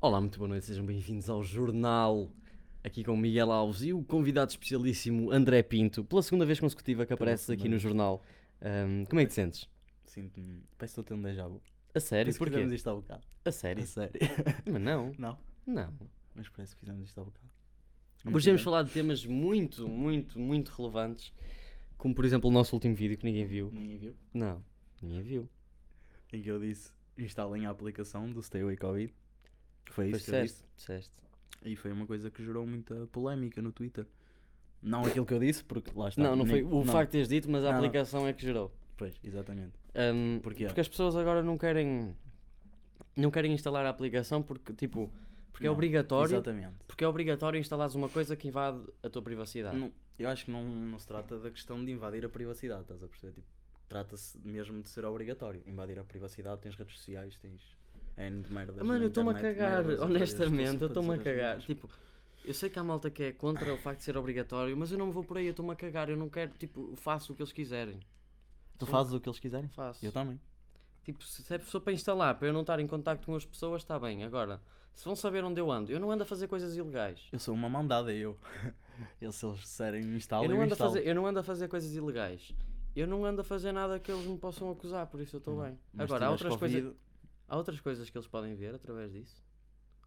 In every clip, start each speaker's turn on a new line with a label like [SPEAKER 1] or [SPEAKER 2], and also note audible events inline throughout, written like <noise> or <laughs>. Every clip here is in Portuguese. [SPEAKER 1] Olá, muito boa noite, sejam bem-vindos ao Jornal. Aqui com Miguel Alves e o convidado especialíssimo André Pinto, pela segunda vez consecutiva que apareces aqui no
[SPEAKER 2] segunda
[SPEAKER 1] Jornal. Ahm, como é que te sentes?
[SPEAKER 2] Sinto-me. Parece que estou tendo déjà vu.
[SPEAKER 1] A sério?
[SPEAKER 2] Parece que
[SPEAKER 1] Porquê?
[SPEAKER 2] fizemos isto há bocado.
[SPEAKER 1] A
[SPEAKER 2] É
[SPEAKER 1] sério?
[SPEAKER 2] sério.
[SPEAKER 1] Mas não,
[SPEAKER 2] <laughs> não,
[SPEAKER 1] não.
[SPEAKER 2] mas parece que fizemos isto há bocado.
[SPEAKER 1] Hoje vamos falar de temas muito, muito, muito relevantes, como por exemplo o nosso último vídeo que ninguém viu.
[SPEAKER 2] Ninguém viu?
[SPEAKER 1] Não, ninguém viu.
[SPEAKER 2] Em que eu disse: instalem a aplicação do Stay Away Covid. Foi
[SPEAKER 1] Pois
[SPEAKER 2] É isso que eu disse.
[SPEAKER 1] disseste, disseste.
[SPEAKER 2] E foi uma coisa que gerou muita polémica no Twitter. Não aquilo que eu disse, porque lá está.
[SPEAKER 1] Não, não foi
[SPEAKER 2] nem-
[SPEAKER 1] o facto de teres dito, mas a
[SPEAKER 2] Não, não.
[SPEAKER 1] aplicação é que gerou.
[SPEAKER 2] Pois, exatamente.
[SPEAKER 1] Ahm,
[SPEAKER 2] Porquê?
[SPEAKER 1] Porque as pessoas agora não querem não querem instalar a aplicação porque tipo porque é
[SPEAKER 2] Não,
[SPEAKER 1] obrigatório
[SPEAKER 2] Exatamente.
[SPEAKER 1] porque é obrigatório instalares uma coisa que invade a tua privacidade.
[SPEAKER 2] Não- eu acho que não, não se trata da questão de invadir a privacidade, estás a perceber? Tipo, Trata-se mesmo de ser obrigatório. Invadir a privacidade, tens redes sociais, tens. É de merda.
[SPEAKER 1] Ah, Mano, eu
[SPEAKER 2] é
[SPEAKER 1] estou-me a cagar, honestamente, eu estou-me a cagar. Tipo, eu sei que há malta que é contra o facto de ser obrigatório, mas eu não me vou por aí, eu estou-me a cagar, eu não quero, tipo, faço o que eles quiserem.
[SPEAKER 2] tu fazes o que eles quiserem?
[SPEAKER 1] Faço.
[SPEAKER 2] Eu também.
[SPEAKER 1] Tipo, se se é pessoa para instalar, para eu não estar em contacto com as pessoas, está bem. Agora, se vão saber onde eu ando, eu não ando a fazer coisas ilegais.
[SPEAKER 2] Eu sou uma mandada, eu. eu se eles disserem instalo,
[SPEAKER 1] eu, não
[SPEAKER 2] eu
[SPEAKER 1] ando a
[SPEAKER 2] instalo.
[SPEAKER 1] fazer, eu não ando a fazer coisas ilegais. Eu não ando a fazer nada que eles me possam acusar, por isso eu estou bem.
[SPEAKER 2] Hum. Mas
[SPEAKER 1] Agora, há
[SPEAKER 2] tiveres
[SPEAKER 1] outras, coisas,
[SPEAKER 2] Covid,
[SPEAKER 1] há outras coisas que eles podem ver através disso?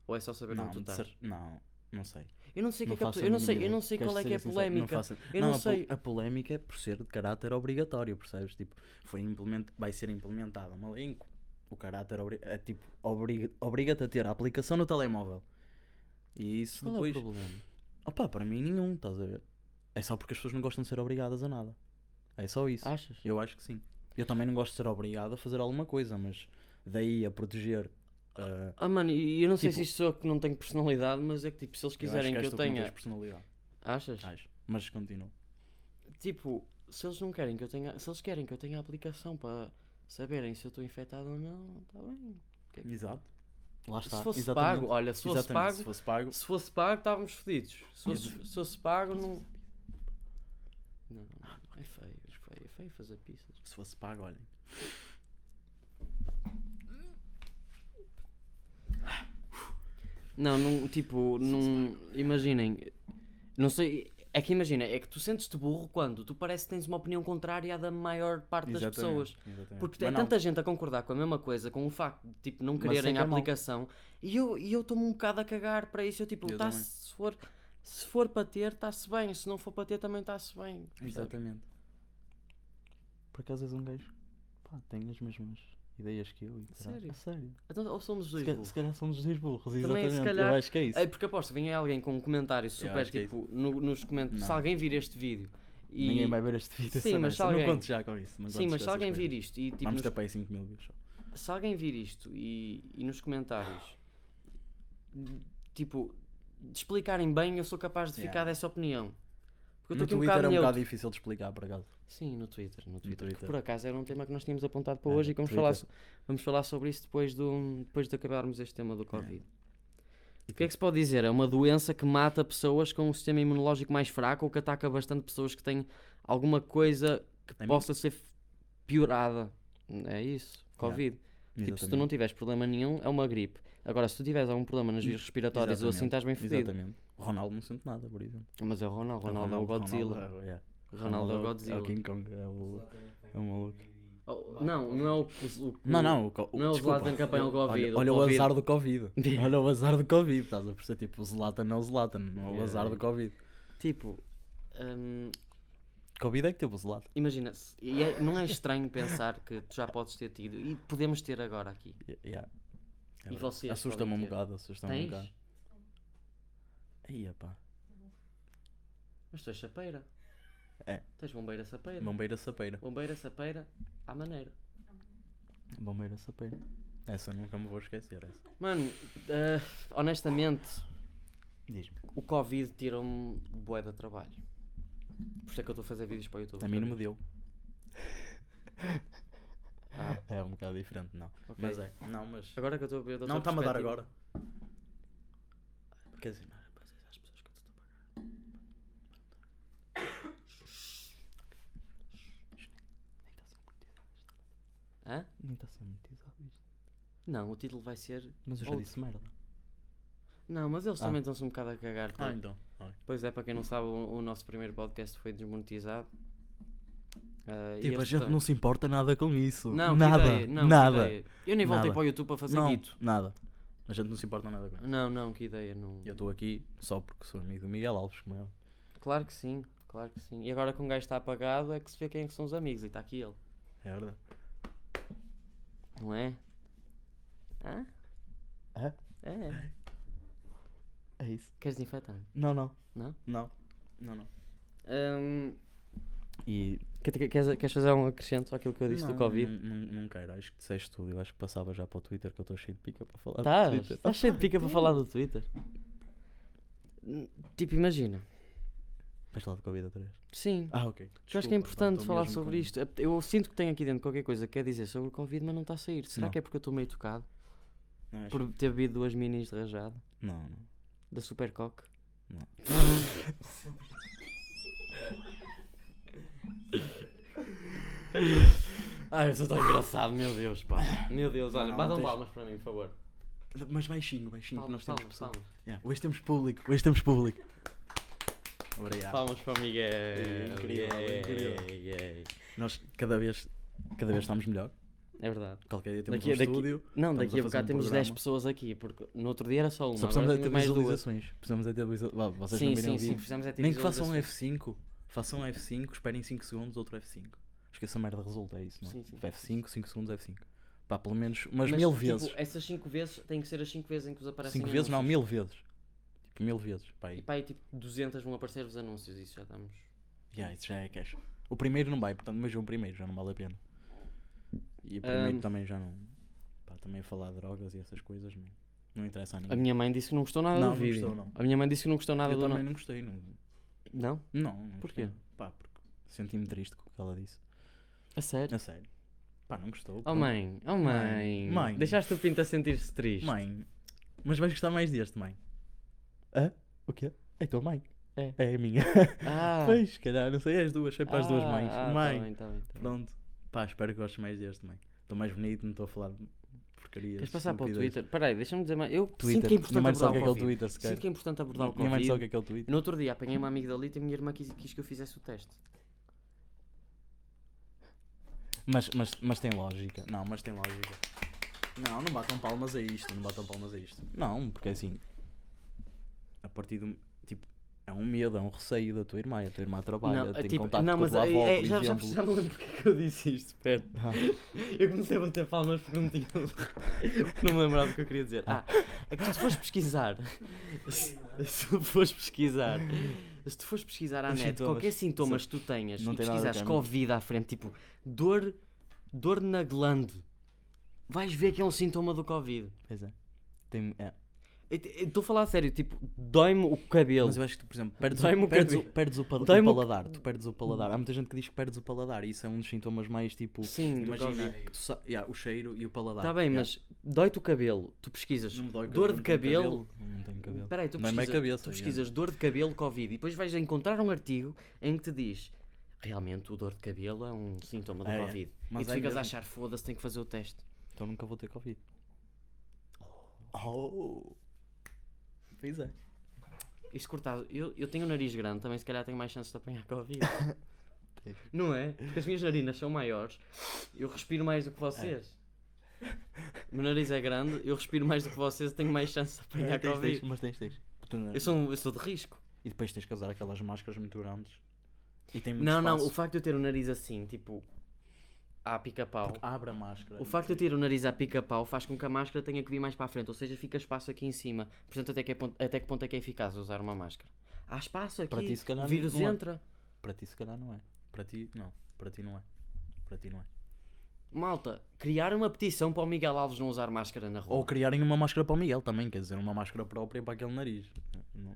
[SPEAKER 1] Ou é só saber
[SPEAKER 2] Não,
[SPEAKER 1] onde tu
[SPEAKER 2] de
[SPEAKER 1] estás?
[SPEAKER 2] cer- não, não sei.
[SPEAKER 1] Eu não sei o que é que a
[SPEAKER 2] faço
[SPEAKER 1] pessoa-
[SPEAKER 2] a
[SPEAKER 1] eu não
[SPEAKER 2] mínima
[SPEAKER 1] sei, eu
[SPEAKER 2] ideia.
[SPEAKER 1] não sei
[SPEAKER 2] Queres
[SPEAKER 1] qual é que
[SPEAKER 2] ser
[SPEAKER 1] é a
[SPEAKER 2] sincero?
[SPEAKER 1] polémica.
[SPEAKER 2] Não, faço-
[SPEAKER 1] Eu
[SPEAKER 2] Não,
[SPEAKER 1] não
[SPEAKER 2] a pol-
[SPEAKER 1] sei.
[SPEAKER 2] A polémica é por ser de caráter obrigatório, percebes? Tipo, foi implement... vai ser implementada uma lei em que o caráter obri... é, tipo, obriga... obriga-te a ter a aplicação no telemóvel. E isso
[SPEAKER 1] Qual é
[SPEAKER 2] depois.
[SPEAKER 1] o problema?
[SPEAKER 2] Opa, para mim nenhum, estás a ver? É só porque as pessoas não gostam de ser obrigadas a nada. É só isso.
[SPEAKER 1] Achas?
[SPEAKER 2] Eu acho que sim. Eu também não gosto de ser obrigado a fazer alguma coisa, mas daí a proteger. ah,
[SPEAKER 1] Ah, mano, e eu não sei
[SPEAKER 2] Tipo-
[SPEAKER 1] se isto sou eu que não tenho personalidade, mas é que tipo, se eles quiserem
[SPEAKER 2] acho
[SPEAKER 1] que
[SPEAKER 2] és
[SPEAKER 1] eu
[SPEAKER 2] tu não tens
[SPEAKER 1] tenha.
[SPEAKER 2] personalidade.
[SPEAKER 1] Achas?
[SPEAKER 2] Acho. Mas continua.
[SPEAKER 1] Tipo, se eles não querem que eu tenha. Se eles querem que eu tenha a aplicação para saberem se eu estou infectado ou não, está bem.
[SPEAKER 2] Exato. Lá está.
[SPEAKER 1] Se fosse
[SPEAKER 2] Exatamente.
[SPEAKER 1] pago, olha, se fosse
[SPEAKER 2] Exatamente.
[SPEAKER 1] pago,
[SPEAKER 2] Se fosse pago.
[SPEAKER 1] Se fosse pago, estávamos fodidos. Se fosse, se fosse pago, não. Não,
[SPEAKER 2] Ah,
[SPEAKER 1] é feio, é feio, é feio fazer pistas.
[SPEAKER 2] Se fosse pago, olhem.
[SPEAKER 1] Não, não, tipo, não. Imaginem, não sei. É que imagina, é que tu sentes-te burro quando tu parece que tens uma opinião contrária à da maior parte das pessoas.
[SPEAKER 2] Exatamente.
[SPEAKER 1] Porque
[SPEAKER 2] Mas
[SPEAKER 1] é
[SPEAKER 2] não,
[SPEAKER 1] tanta gente a concordar com a mesma coisa, com o facto de tipo, não
[SPEAKER 2] Mas
[SPEAKER 1] quererem
[SPEAKER 2] sei que
[SPEAKER 1] a
[SPEAKER 2] é mau.
[SPEAKER 1] aplicação, e eu e eu estou-me um bocado a cagar para isso. Eu tipo,
[SPEAKER 2] Eu
[SPEAKER 1] tá
[SPEAKER 2] também.
[SPEAKER 1] se for, se for para ter, está-se bem, se não for para ter, também está-se bem. percebes?
[SPEAKER 2] Exatamente. Por acaso és um gajo. Pá, tem as mesmas ideias que eu. E caralho.
[SPEAKER 1] sério?
[SPEAKER 2] A sério.
[SPEAKER 1] Então, ou somos os
[SPEAKER 2] Se,
[SPEAKER 1] dois
[SPEAKER 2] ca-
[SPEAKER 1] burros.
[SPEAKER 2] se calhar somos os dois burros.
[SPEAKER 1] Também, se
[SPEAKER 2] Exatamente.
[SPEAKER 1] calhar-
[SPEAKER 2] Eu acho que é isso.
[SPEAKER 1] É porque aposto, vem alguém com um comentário super
[SPEAKER 2] acho que é
[SPEAKER 1] tipo no- nos comentários. Se
[SPEAKER 2] Não.
[SPEAKER 1] alguém vir este vídeo e.
[SPEAKER 2] Ninguém vai ver este vídeo.
[SPEAKER 1] Sim,
[SPEAKER 2] essa
[SPEAKER 1] mas
[SPEAKER 2] merda.
[SPEAKER 1] se alguém-
[SPEAKER 2] Não conto já com isso. não
[SPEAKER 1] Sim,
[SPEAKER 2] contes
[SPEAKER 1] mas
[SPEAKER 2] com
[SPEAKER 1] se
[SPEAKER 2] essas
[SPEAKER 1] alguém
[SPEAKER 2] coisas.
[SPEAKER 1] vir isto e tipo.
[SPEAKER 2] Vamos
[SPEAKER 1] Nos...
[SPEAKER 2] tapar aí 5 mil views só.
[SPEAKER 1] Se alguém vir isto e, e nos comentários tipo de explicarem bem, eu sou capaz de ficar
[SPEAKER 2] Yeah.
[SPEAKER 1] dessa opinião. Porque eu
[SPEAKER 2] No
[SPEAKER 1] estou aqui um
[SPEAKER 2] Twitter
[SPEAKER 1] bocado
[SPEAKER 2] é um
[SPEAKER 1] neutro.
[SPEAKER 2] bocado difícil de explicar, por acaso.
[SPEAKER 1] Sim, no Twitter, no Twitter. que
[SPEAKER 2] Twitter.
[SPEAKER 1] por acaso era um tema que nós tínhamos apontado para
[SPEAKER 2] É,
[SPEAKER 1] hoje e que vamos falar, so-
[SPEAKER 2] Twitter.
[SPEAKER 1] vamos falar sobre isso depois, do, depois de acabarmos este tema do Covid. O que é que se pode dizer? É uma doença que mata pessoas com um sistema imunológico mais fraco ou que ataca bastante pessoas que têm alguma coisa que
[SPEAKER 2] Tem-
[SPEAKER 1] possa ser f- piorada. É isso, Covid. Tipo, se tu não
[SPEAKER 2] Exatamente.
[SPEAKER 1] tiveres problema nenhum, é uma gripe. Agora, se tu tiveres algum problema nas vias respiratórias ou assim, estás bem fodido.
[SPEAKER 2] Exatamente. O Ronaldo não sente nada, por exemplo.
[SPEAKER 1] Mas é o Ronaldo, Ronaldo é o Godzilla.
[SPEAKER 2] Ronaldo, é-
[SPEAKER 1] Ronaldo é o
[SPEAKER 2] É o
[SPEAKER 1] Godzilla.
[SPEAKER 2] King Kong, é o, é o maluco.
[SPEAKER 1] Oh, Não, não é o. o- o-
[SPEAKER 2] Não, não, o, co-
[SPEAKER 1] não é o
[SPEAKER 2] desculpa.
[SPEAKER 1] Zlatan campeão
[SPEAKER 2] Olha-
[SPEAKER 1] Covid, o
[SPEAKER 2] Olha, o
[SPEAKER 1] Covid.
[SPEAKER 2] azar
[SPEAKER 1] <laughs>
[SPEAKER 2] do Covid. Olha o azar do Covid, estás a perceber? Tipo, o Zlatan não é o Zlatan, não é o
[SPEAKER 1] Yeah,
[SPEAKER 2] azar
[SPEAKER 1] yeah.
[SPEAKER 2] do Covid.
[SPEAKER 1] Tipo, hum,
[SPEAKER 2] Covid é que teve o Zlatan.
[SPEAKER 1] imagina, se- e é- não é estranho pensar que tu já podes ter tido e podemos ter agora aqui.
[SPEAKER 2] Yeah.
[SPEAKER 1] E vocês
[SPEAKER 2] Assusta-me um
[SPEAKER 1] podem ter.
[SPEAKER 2] bocado, assusta-me um
[SPEAKER 1] Tens?
[SPEAKER 2] bocado. Aí, pá.
[SPEAKER 1] Mas tu és sapeira.
[SPEAKER 2] É.
[SPEAKER 1] Tens bombeira sapeira.
[SPEAKER 2] Bombeira sapeira.
[SPEAKER 1] Bombeira sapeira à maneira.
[SPEAKER 2] Bombeira sapeira. Essa eu nunca me vou esquecer. Essa.
[SPEAKER 1] Mano, eh, honestamente,
[SPEAKER 2] Diz-me.
[SPEAKER 1] o Covid tirou-me bué de trabalho. Por isso é que eu estou a fazer vídeos para o YouTube.
[SPEAKER 2] A mim não me deu.
[SPEAKER 1] Ah,
[SPEAKER 2] <laughs> É um bocado diferente, não.
[SPEAKER 1] ok.
[SPEAKER 2] Mas é. Não, mas.
[SPEAKER 1] Agora que eu estou a ver. da
[SPEAKER 2] Não
[SPEAKER 1] tua
[SPEAKER 2] está-me a dar
[SPEAKER 1] perspectiva-
[SPEAKER 2] agora. Quer dizer, não, rapaz, é às pessoas que eu estou a pagar.
[SPEAKER 1] Hã?
[SPEAKER 2] Nem está a ser monetizado isto. tá
[SPEAKER 1] Não, o título vai ser.
[SPEAKER 2] Mas eu já
[SPEAKER 1] Outro.
[SPEAKER 2] disse merda.
[SPEAKER 1] Não, mas eles
[SPEAKER 2] Ah.
[SPEAKER 1] também estão-se um bocado a cagar.
[SPEAKER 2] Ah,
[SPEAKER 1] porque-
[SPEAKER 2] então. Ah.
[SPEAKER 1] Pois é, para quem não sabe, o, o nosso primeiro podcast foi desmonetizado. Ah, e
[SPEAKER 2] Tipo, a
[SPEAKER 1] este
[SPEAKER 2] gente
[SPEAKER 1] tam-
[SPEAKER 2] não se importa nada com isso.
[SPEAKER 1] Não, que
[SPEAKER 2] nada.
[SPEAKER 1] ideia, não, que
[SPEAKER 2] nada.
[SPEAKER 1] ideia. Eu nem voltei
[SPEAKER 2] Nada.
[SPEAKER 1] para o YouTube para fazer
[SPEAKER 2] não,
[SPEAKER 1] guito.
[SPEAKER 2] nada. A gente não se importa nada com isso.
[SPEAKER 1] Não, não, que ideia. Não...
[SPEAKER 2] Eu estou aqui só porque sou amigo do Miguel Alves, como é. óbvio.
[SPEAKER 1] Claro que sim, claro que sim. E agora que um gajo está apagado é que se vê quem é que são os amigos e está aqui ele,
[SPEAKER 2] É verdade.
[SPEAKER 1] não é? Hã?
[SPEAKER 2] Hã?
[SPEAKER 1] É.
[SPEAKER 2] É isso.
[SPEAKER 1] Queres desinfetar?
[SPEAKER 2] Não, não.
[SPEAKER 1] Não?
[SPEAKER 2] Não. Não, não.
[SPEAKER 1] Hum,
[SPEAKER 2] E
[SPEAKER 1] que- que- queres, queres fazer um acrescento àquilo que eu disse
[SPEAKER 2] não,
[SPEAKER 1] do Covid?
[SPEAKER 2] Não, não, não quero, acho que disseste tudo. Eu acho que passava já para o Twitter, que eu estou cheio de pica para falar. do
[SPEAKER 1] Estás?
[SPEAKER 2] Tá Twitter.
[SPEAKER 1] Estás Tá, cheio de pica para falar do Twitter? Hum, Tipo, imagina.
[SPEAKER 2] Vais falar de Covid outra vez.
[SPEAKER 1] Sim.
[SPEAKER 2] Ah, ok.
[SPEAKER 1] Eu acho que é importante falar sobre isto. É, Eu sinto que tenho aqui dentro qualquer coisa que quer dizer sobre o Covid, mas não está a sair. Será
[SPEAKER 2] Não.
[SPEAKER 1] que é porque eu estou meio tocado?
[SPEAKER 2] Não, acho-
[SPEAKER 1] Por ter bebido duas minis de rajado?
[SPEAKER 2] não, não.
[SPEAKER 1] Da Supercoque?
[SPEAKER 2] Não.
[SPEAKER 1] <laughs> Ai, eu sou tão engraçado, meu Deus, pá. Meu Deus,
[SPEAKER 2] Não,
[SPEAKER 1] olha,
[SPEAKER 2] não
[SPEAKER 1] batam
[SPEAKER 2] tens-
[SPEAKER 1] palmas para mim, por favor.
[SPEAKER 2] Mas baixinho, baixinho, que
[SPEAKER 1] Palmas,
[SPEAKER 2] nós temos
[SPEAKER 1] palmas,
[SPEAKER 2] pessoa-
[SPEAKER 1] palmas.
[SPEAKER 2] Yeah, Hoje temos público, hoje temos público. Obrigado.
[SPEAKER 1] Palmas para o Miguel.
[SPEAKER 2] Incrível,
[SPEAKER 1] yeah,
[SPEAKER 2] incrível.
[SPEAKER 1] yeah.
[SPEAKER 2] Nós cada vez, cada vez estamos melhor.
[SPEAKER 1] É verdade.
[SPEAKER 2] Qualquer dia temos
[SPEAKER 1] Daqui-
[SPEAKER 2] um
[SPEAKER 1] daqui-
[SPEAKER 2] estúdio.
[SPEAKER 1] Não,
[SPEAKER 2] Estamos
[SPEAKER 1] daqui a
[SPEAKER 2] a fazer
[SPEAKER 1] bocado
[SPEAKER 2] um
[SPEAKER 1] temos 10
[SPEAKER 2] programa.
[SPEAKER 1] pessoas aqui, porque no outro dia era só uma.
[SPEAKER 2] Só precisamos
[SPEAKER 1] agora
[SPEAKER 2] é
[SPEAKER 1] temos
[SPEAKER 2] ter
[SPEAKER 1] mais duas.
[SPEAKER 2] visualizações. Precisamos é ter visualizações. Vocês
[SPEAKER 1] Sim,
[SPEAKER 2] não viram
[SPEAKER 1] sim,
[SPEAKER 2] o
[SPEAKER 1] sim,
[SPEAKER 2] vídeo.
[SPEAKER 1] precisamos é ter
[SPEAKER 2] Nem que façam um
[SPEAKER 1] visualizações.
[SPEAKER 2] F5. Façam um F5, esperem 5 segundos, outro F5. Esqueça a merda resulta, é isso, não é?
[SPEAKER 1] Sim, sim.
[SPEAKER 2] F5, 5 segundos, F5. Pá, pelo menos umas
[SPEAKER 1] Mas,
[SPEAKER 2] mil
[SPEAKER 1] tipo,
[SPEAKER 2] vezes.
[SPEAKER 1] essas 5 vezes têm que ser as 5 vezes em que vos aparecem.
[SPEAKER 2] 5 vezes, não,
[SPEAKER 1] anúncios.
[SPEAKER 2] mil vezes. Tipo, mil vezes. Pá,
[SPEAKER 1] E
[SPEAKER 2] e,
[SPEAKER 1] pá, e tipo 200 vão aparecer os anúncios, isso já estamos.
[SPEAKER 2] yeah, isso já é cash. O primeiro não vai, portanto, mas o primeiro já não vale a pena. E o primeiro
[SPEAKER 1] Ahm.
[SPEAKER 2] também já não. Pá, também falar de drogas e essas coisas não, não interessa a
[SPEAKER 1] A
[SPEAKER 2] ninguém.
[SPEAKER 1] minha mãe disse que não gostou nada
[SPEAKER 2] Não,
[SPEAKER 1] do
[SPEAKER 2] não
[SPEAKER 1] vídeo.
[SPEAKER 2] gostou, não.
[SPEAKER 1] A minha mãe disse que não gostou nada
[SPEAKER 2] Eu
[SPEAKER 1] do
[SPEAKER 2] também
[SPEAKER 1] no-
[SPEAKER 2] não gostei, não.
[SPEAKER 1] Não?
[SPEAKER 2] Não, não
[SPEAKER 1] Porquê?
[SPEAKER 2] gostei. Pá, porque senti-me triste com o que ela disse.
[SPEAKER 1] A sério?
[SPEAKER 2] A sério. Pá, não gostou.
[SPEAKER 1] Oh
[SPEAKER 2] pronto.
[SPEAKER 1] mãe, oh mãe.
[SPEAKER 2] Mãe, mãe.
[SPEAKER 1] Deixaste o Pinto a sentir-se triste.
[SPEAKER 2] Mãe, mas vais gostar mais deste, mãe? Hã? O quê? É tua mãe?
[SPEAKER 1] É.
[SPEAKER 2] É a minha.
[SPEAKER 1] Ah.
[SPEAKER 2] <laughs> Pois, se calhar, não sei, é as duas, é para as duas
[SPEAKER 1] ah,
[SPEAKER 2] mães.
[SPEAKER 1] ah, tá
[SPEAKER 2] mãe,
[SPEAKER 1] bem, tá bem, tá bem.
[SPEAKER 2] pronto. Pá, espero que gostes mais deste, mãe. Estou mais bonito, não estou a falar de porcarias.
[SPEAKER 1] Queres passar para o
[SPEAKER 2] estupidez.
[SPEAKER 1] Twitter? Peraí, deixa-me dizer mais. Eu sinto
[SPEAKER 2] Twitter.
[SPEAKER 1] que é
[SPEAKER 2] Minha
[SPEAKER 1] importante
[SPEAKER 2] mãe
[SPEAKER 1] abordar
[SPEAKER 2] sabe
[SPEAKER 1] o
[SPEAKER 2] o que é que é o
[SPEAKER 1] Covid.
[SPEAKER 2] Twitter, se
[SPEAKER 1] Sinto
[SPEAKER 2] calhar.
[SPEAKER 1] que é importante abordar o
[SPEAKER 2] Minha mãe sabe o que
[SPEAKER 1] Covid.
[SPEAKER 2] é que é o Twitter.
[SPEAKER 1] No outro dia apanhei uma amiga da Lita e a minha irmã quis, quis que eu fizesse o teste.
[SPEAKER 2] Mas, mas, mas tem lógica. Não, mas tem lógica. Não, não batam palmas a isto, não batam palmas a isto. Não, porque assim, a partir do. Tipo, é um medo, é um receio da tua irmã. e A tua irmã trabalha,
[SPEAKER 1] não,
[SPEAKER 2] tem
[SPEAKER 1] tipo,
[SPEAKER 2] contato
[SPEAKER 1] não,
[SPEAKER 2] com a
[SPEAKER 1] mas
[SPEAKER 2] tua avó,
[SPEAKER 1] é, é,
[SPEAKER 2] por
[SPEAKER 1] já, já,
[SPEAKER 2] exemplo.
[SPEAKER 1] já me lembro porque é que eu disse isto, espera.
[SPEAKER 2] Ah.
[SPEAKER 1] Eu comecei a bater palmas porque não tinha. <laughs> porque não me lembrava do que eu queria dizer. Ah, é que tu se fores pesquisar. <laughs> Se, se tu fores pesquisar. Se tu fores pesquisar à
[SPEAKER 2] Os
[SPEAKER 1] net
[SPEAKER 2] sintomas.
[SPEAKER 1] qualquer sintomas que tu tenhas
[SPEAKER 2] Não
[SPEAKER 1] e
[SPEAKER 2] tem nada a ver
[SPEAKER 1] pesquisares
[SPEAKER 2] com a minha.
[SPEAKER 1] Covid à frente, tipo dor, dor na glande, vais ver que é um sintoma do Covid.
[SPEAKER 2] <laughs> Pois é. Tem, é.
[SPEAKER 1] Estou a falar a sério, tipo, dói-me o cabelo.
[SPEAKER 2] Mas eu acho que, por exemplo, perdes,
[SPEAKER 1] Dói-me
[SPEAKER 2] o,
[SPEAKER 1] o
[SPEAKER 2] perdes, o,
[SPEAKER 1] cabelo.
[SPEAKER 2] perdes o pal- o
[SPEAKER 1] Dói-me o-
[SPEAKER 2] paladar. Tu perdes o paladar. Há muita gente que diz que perdes o paladar e isso é um dos sintomas mais tipo.
[SPEAKER 1] Sim, do
[SPEAKER 2] imagina
[SPEAKER 1] Covid.
[SPEAKER 2] que tu sa- yeah, o cheiro e o paladar.
[SPEAKER 1] Está Tá bem,
[SPEAKER 2] yeah.
[SPEAKER 1] mas dói-te o cabelo, tu pesquisas
[SPEAKER 2] Não me dói o
[SPEAKER 1] dor
[SPEAKER 2] cabelo,
[SPEAKER 1] de
[SPEAKER 2] não tenho
[SPEAKER 1] cabelo.
[SPEAKER 2] Não tenho cabelo.
[SPEAKER 1] Peraí, tu
[SPEAKER 2] Dói-me a
[SPEAKER 1] pesquisas,
[SPEAKER 2] cabeça,
[SPEAKER 1] tu
[SPEAKER 2] yeah.
[SPEAKER 1] pesquisas dor de cabelo Covid e depois vais encontrar um artigo em que te diz realmente o dor de cabelo é um sintoma do
[SPEAKER 2] É, é.
[SPEAKER 1] Covid.
[SPEAKER 2] Mas
[SPEAKER 1] e tu
[SPEAKER 2] é
[SPEAKER 1] ficas a
[SPEAKER 2] mesmo.
[SPEAKER 1] achar foda-se, tem que fazer o teste.
[SPEAKER 2] Então nunca vou ter Covid. Oh! Pois é.
[SPEAKER 1] Isto cortado, eu, eu tenho o nariz grande, também se calhar tenho mais chances de apanhar
[SPEAKER 2] <laughs>
[SPEAKER 1] Covid.
[SPEAKER 2] Tens.
[SPEAKER 1] Não é? Porque as minhas narinas são maiores, eu respiro mais do que
[SPEAKER 2] É.
[SPEAKER 1] vocês. O Meu nariz é grande, eu respiro mais do que vocês, tenho mais chances de apanhar Covid.
[SPEAKER 2] mas tens, tens.
[SPEAKER 1] Eu sou, um- eu sou de risco.
[SPEAKER 2] E depois tens que usar aquelas máscaras muito grandes. E tem muito
[SPEAKER 1] Não, não, o
[SPEAKER 2] espaço.
[SPEAKER 1] facto de eu ter o nariz assim, tipo, à pica-pau.
[SPEAKER 2] Porque abre a máscara.
[SPEAKER 1] O facto de eu ter o nariz à pica-pau faz com que a máscara tenha que vir mais para a frente, ou seja, fica espaço aqui em cima. Portanto, até que, é pon- até que ponto é que é eficaz usar uma máscara? Há espaço aqui,
[SPEAKER 2] Para ti, se calhar,
[SPEAKER 1] o vírus
[SPEAKER 2] não é.
[SPEAKER 1] entra.
[SPEAKER 2] Para ti se calhar não é. Para ti não. Para ti não é. Para ti não é.
[SPEAKER 1] Malta, criar uma petição para o Miguel Alves não usar máscara na rua.
[SPEAKER 2] Ou criarem uma máscara para o Miguel também, quer dizer, uma máscara própria para aquele nariz. Não-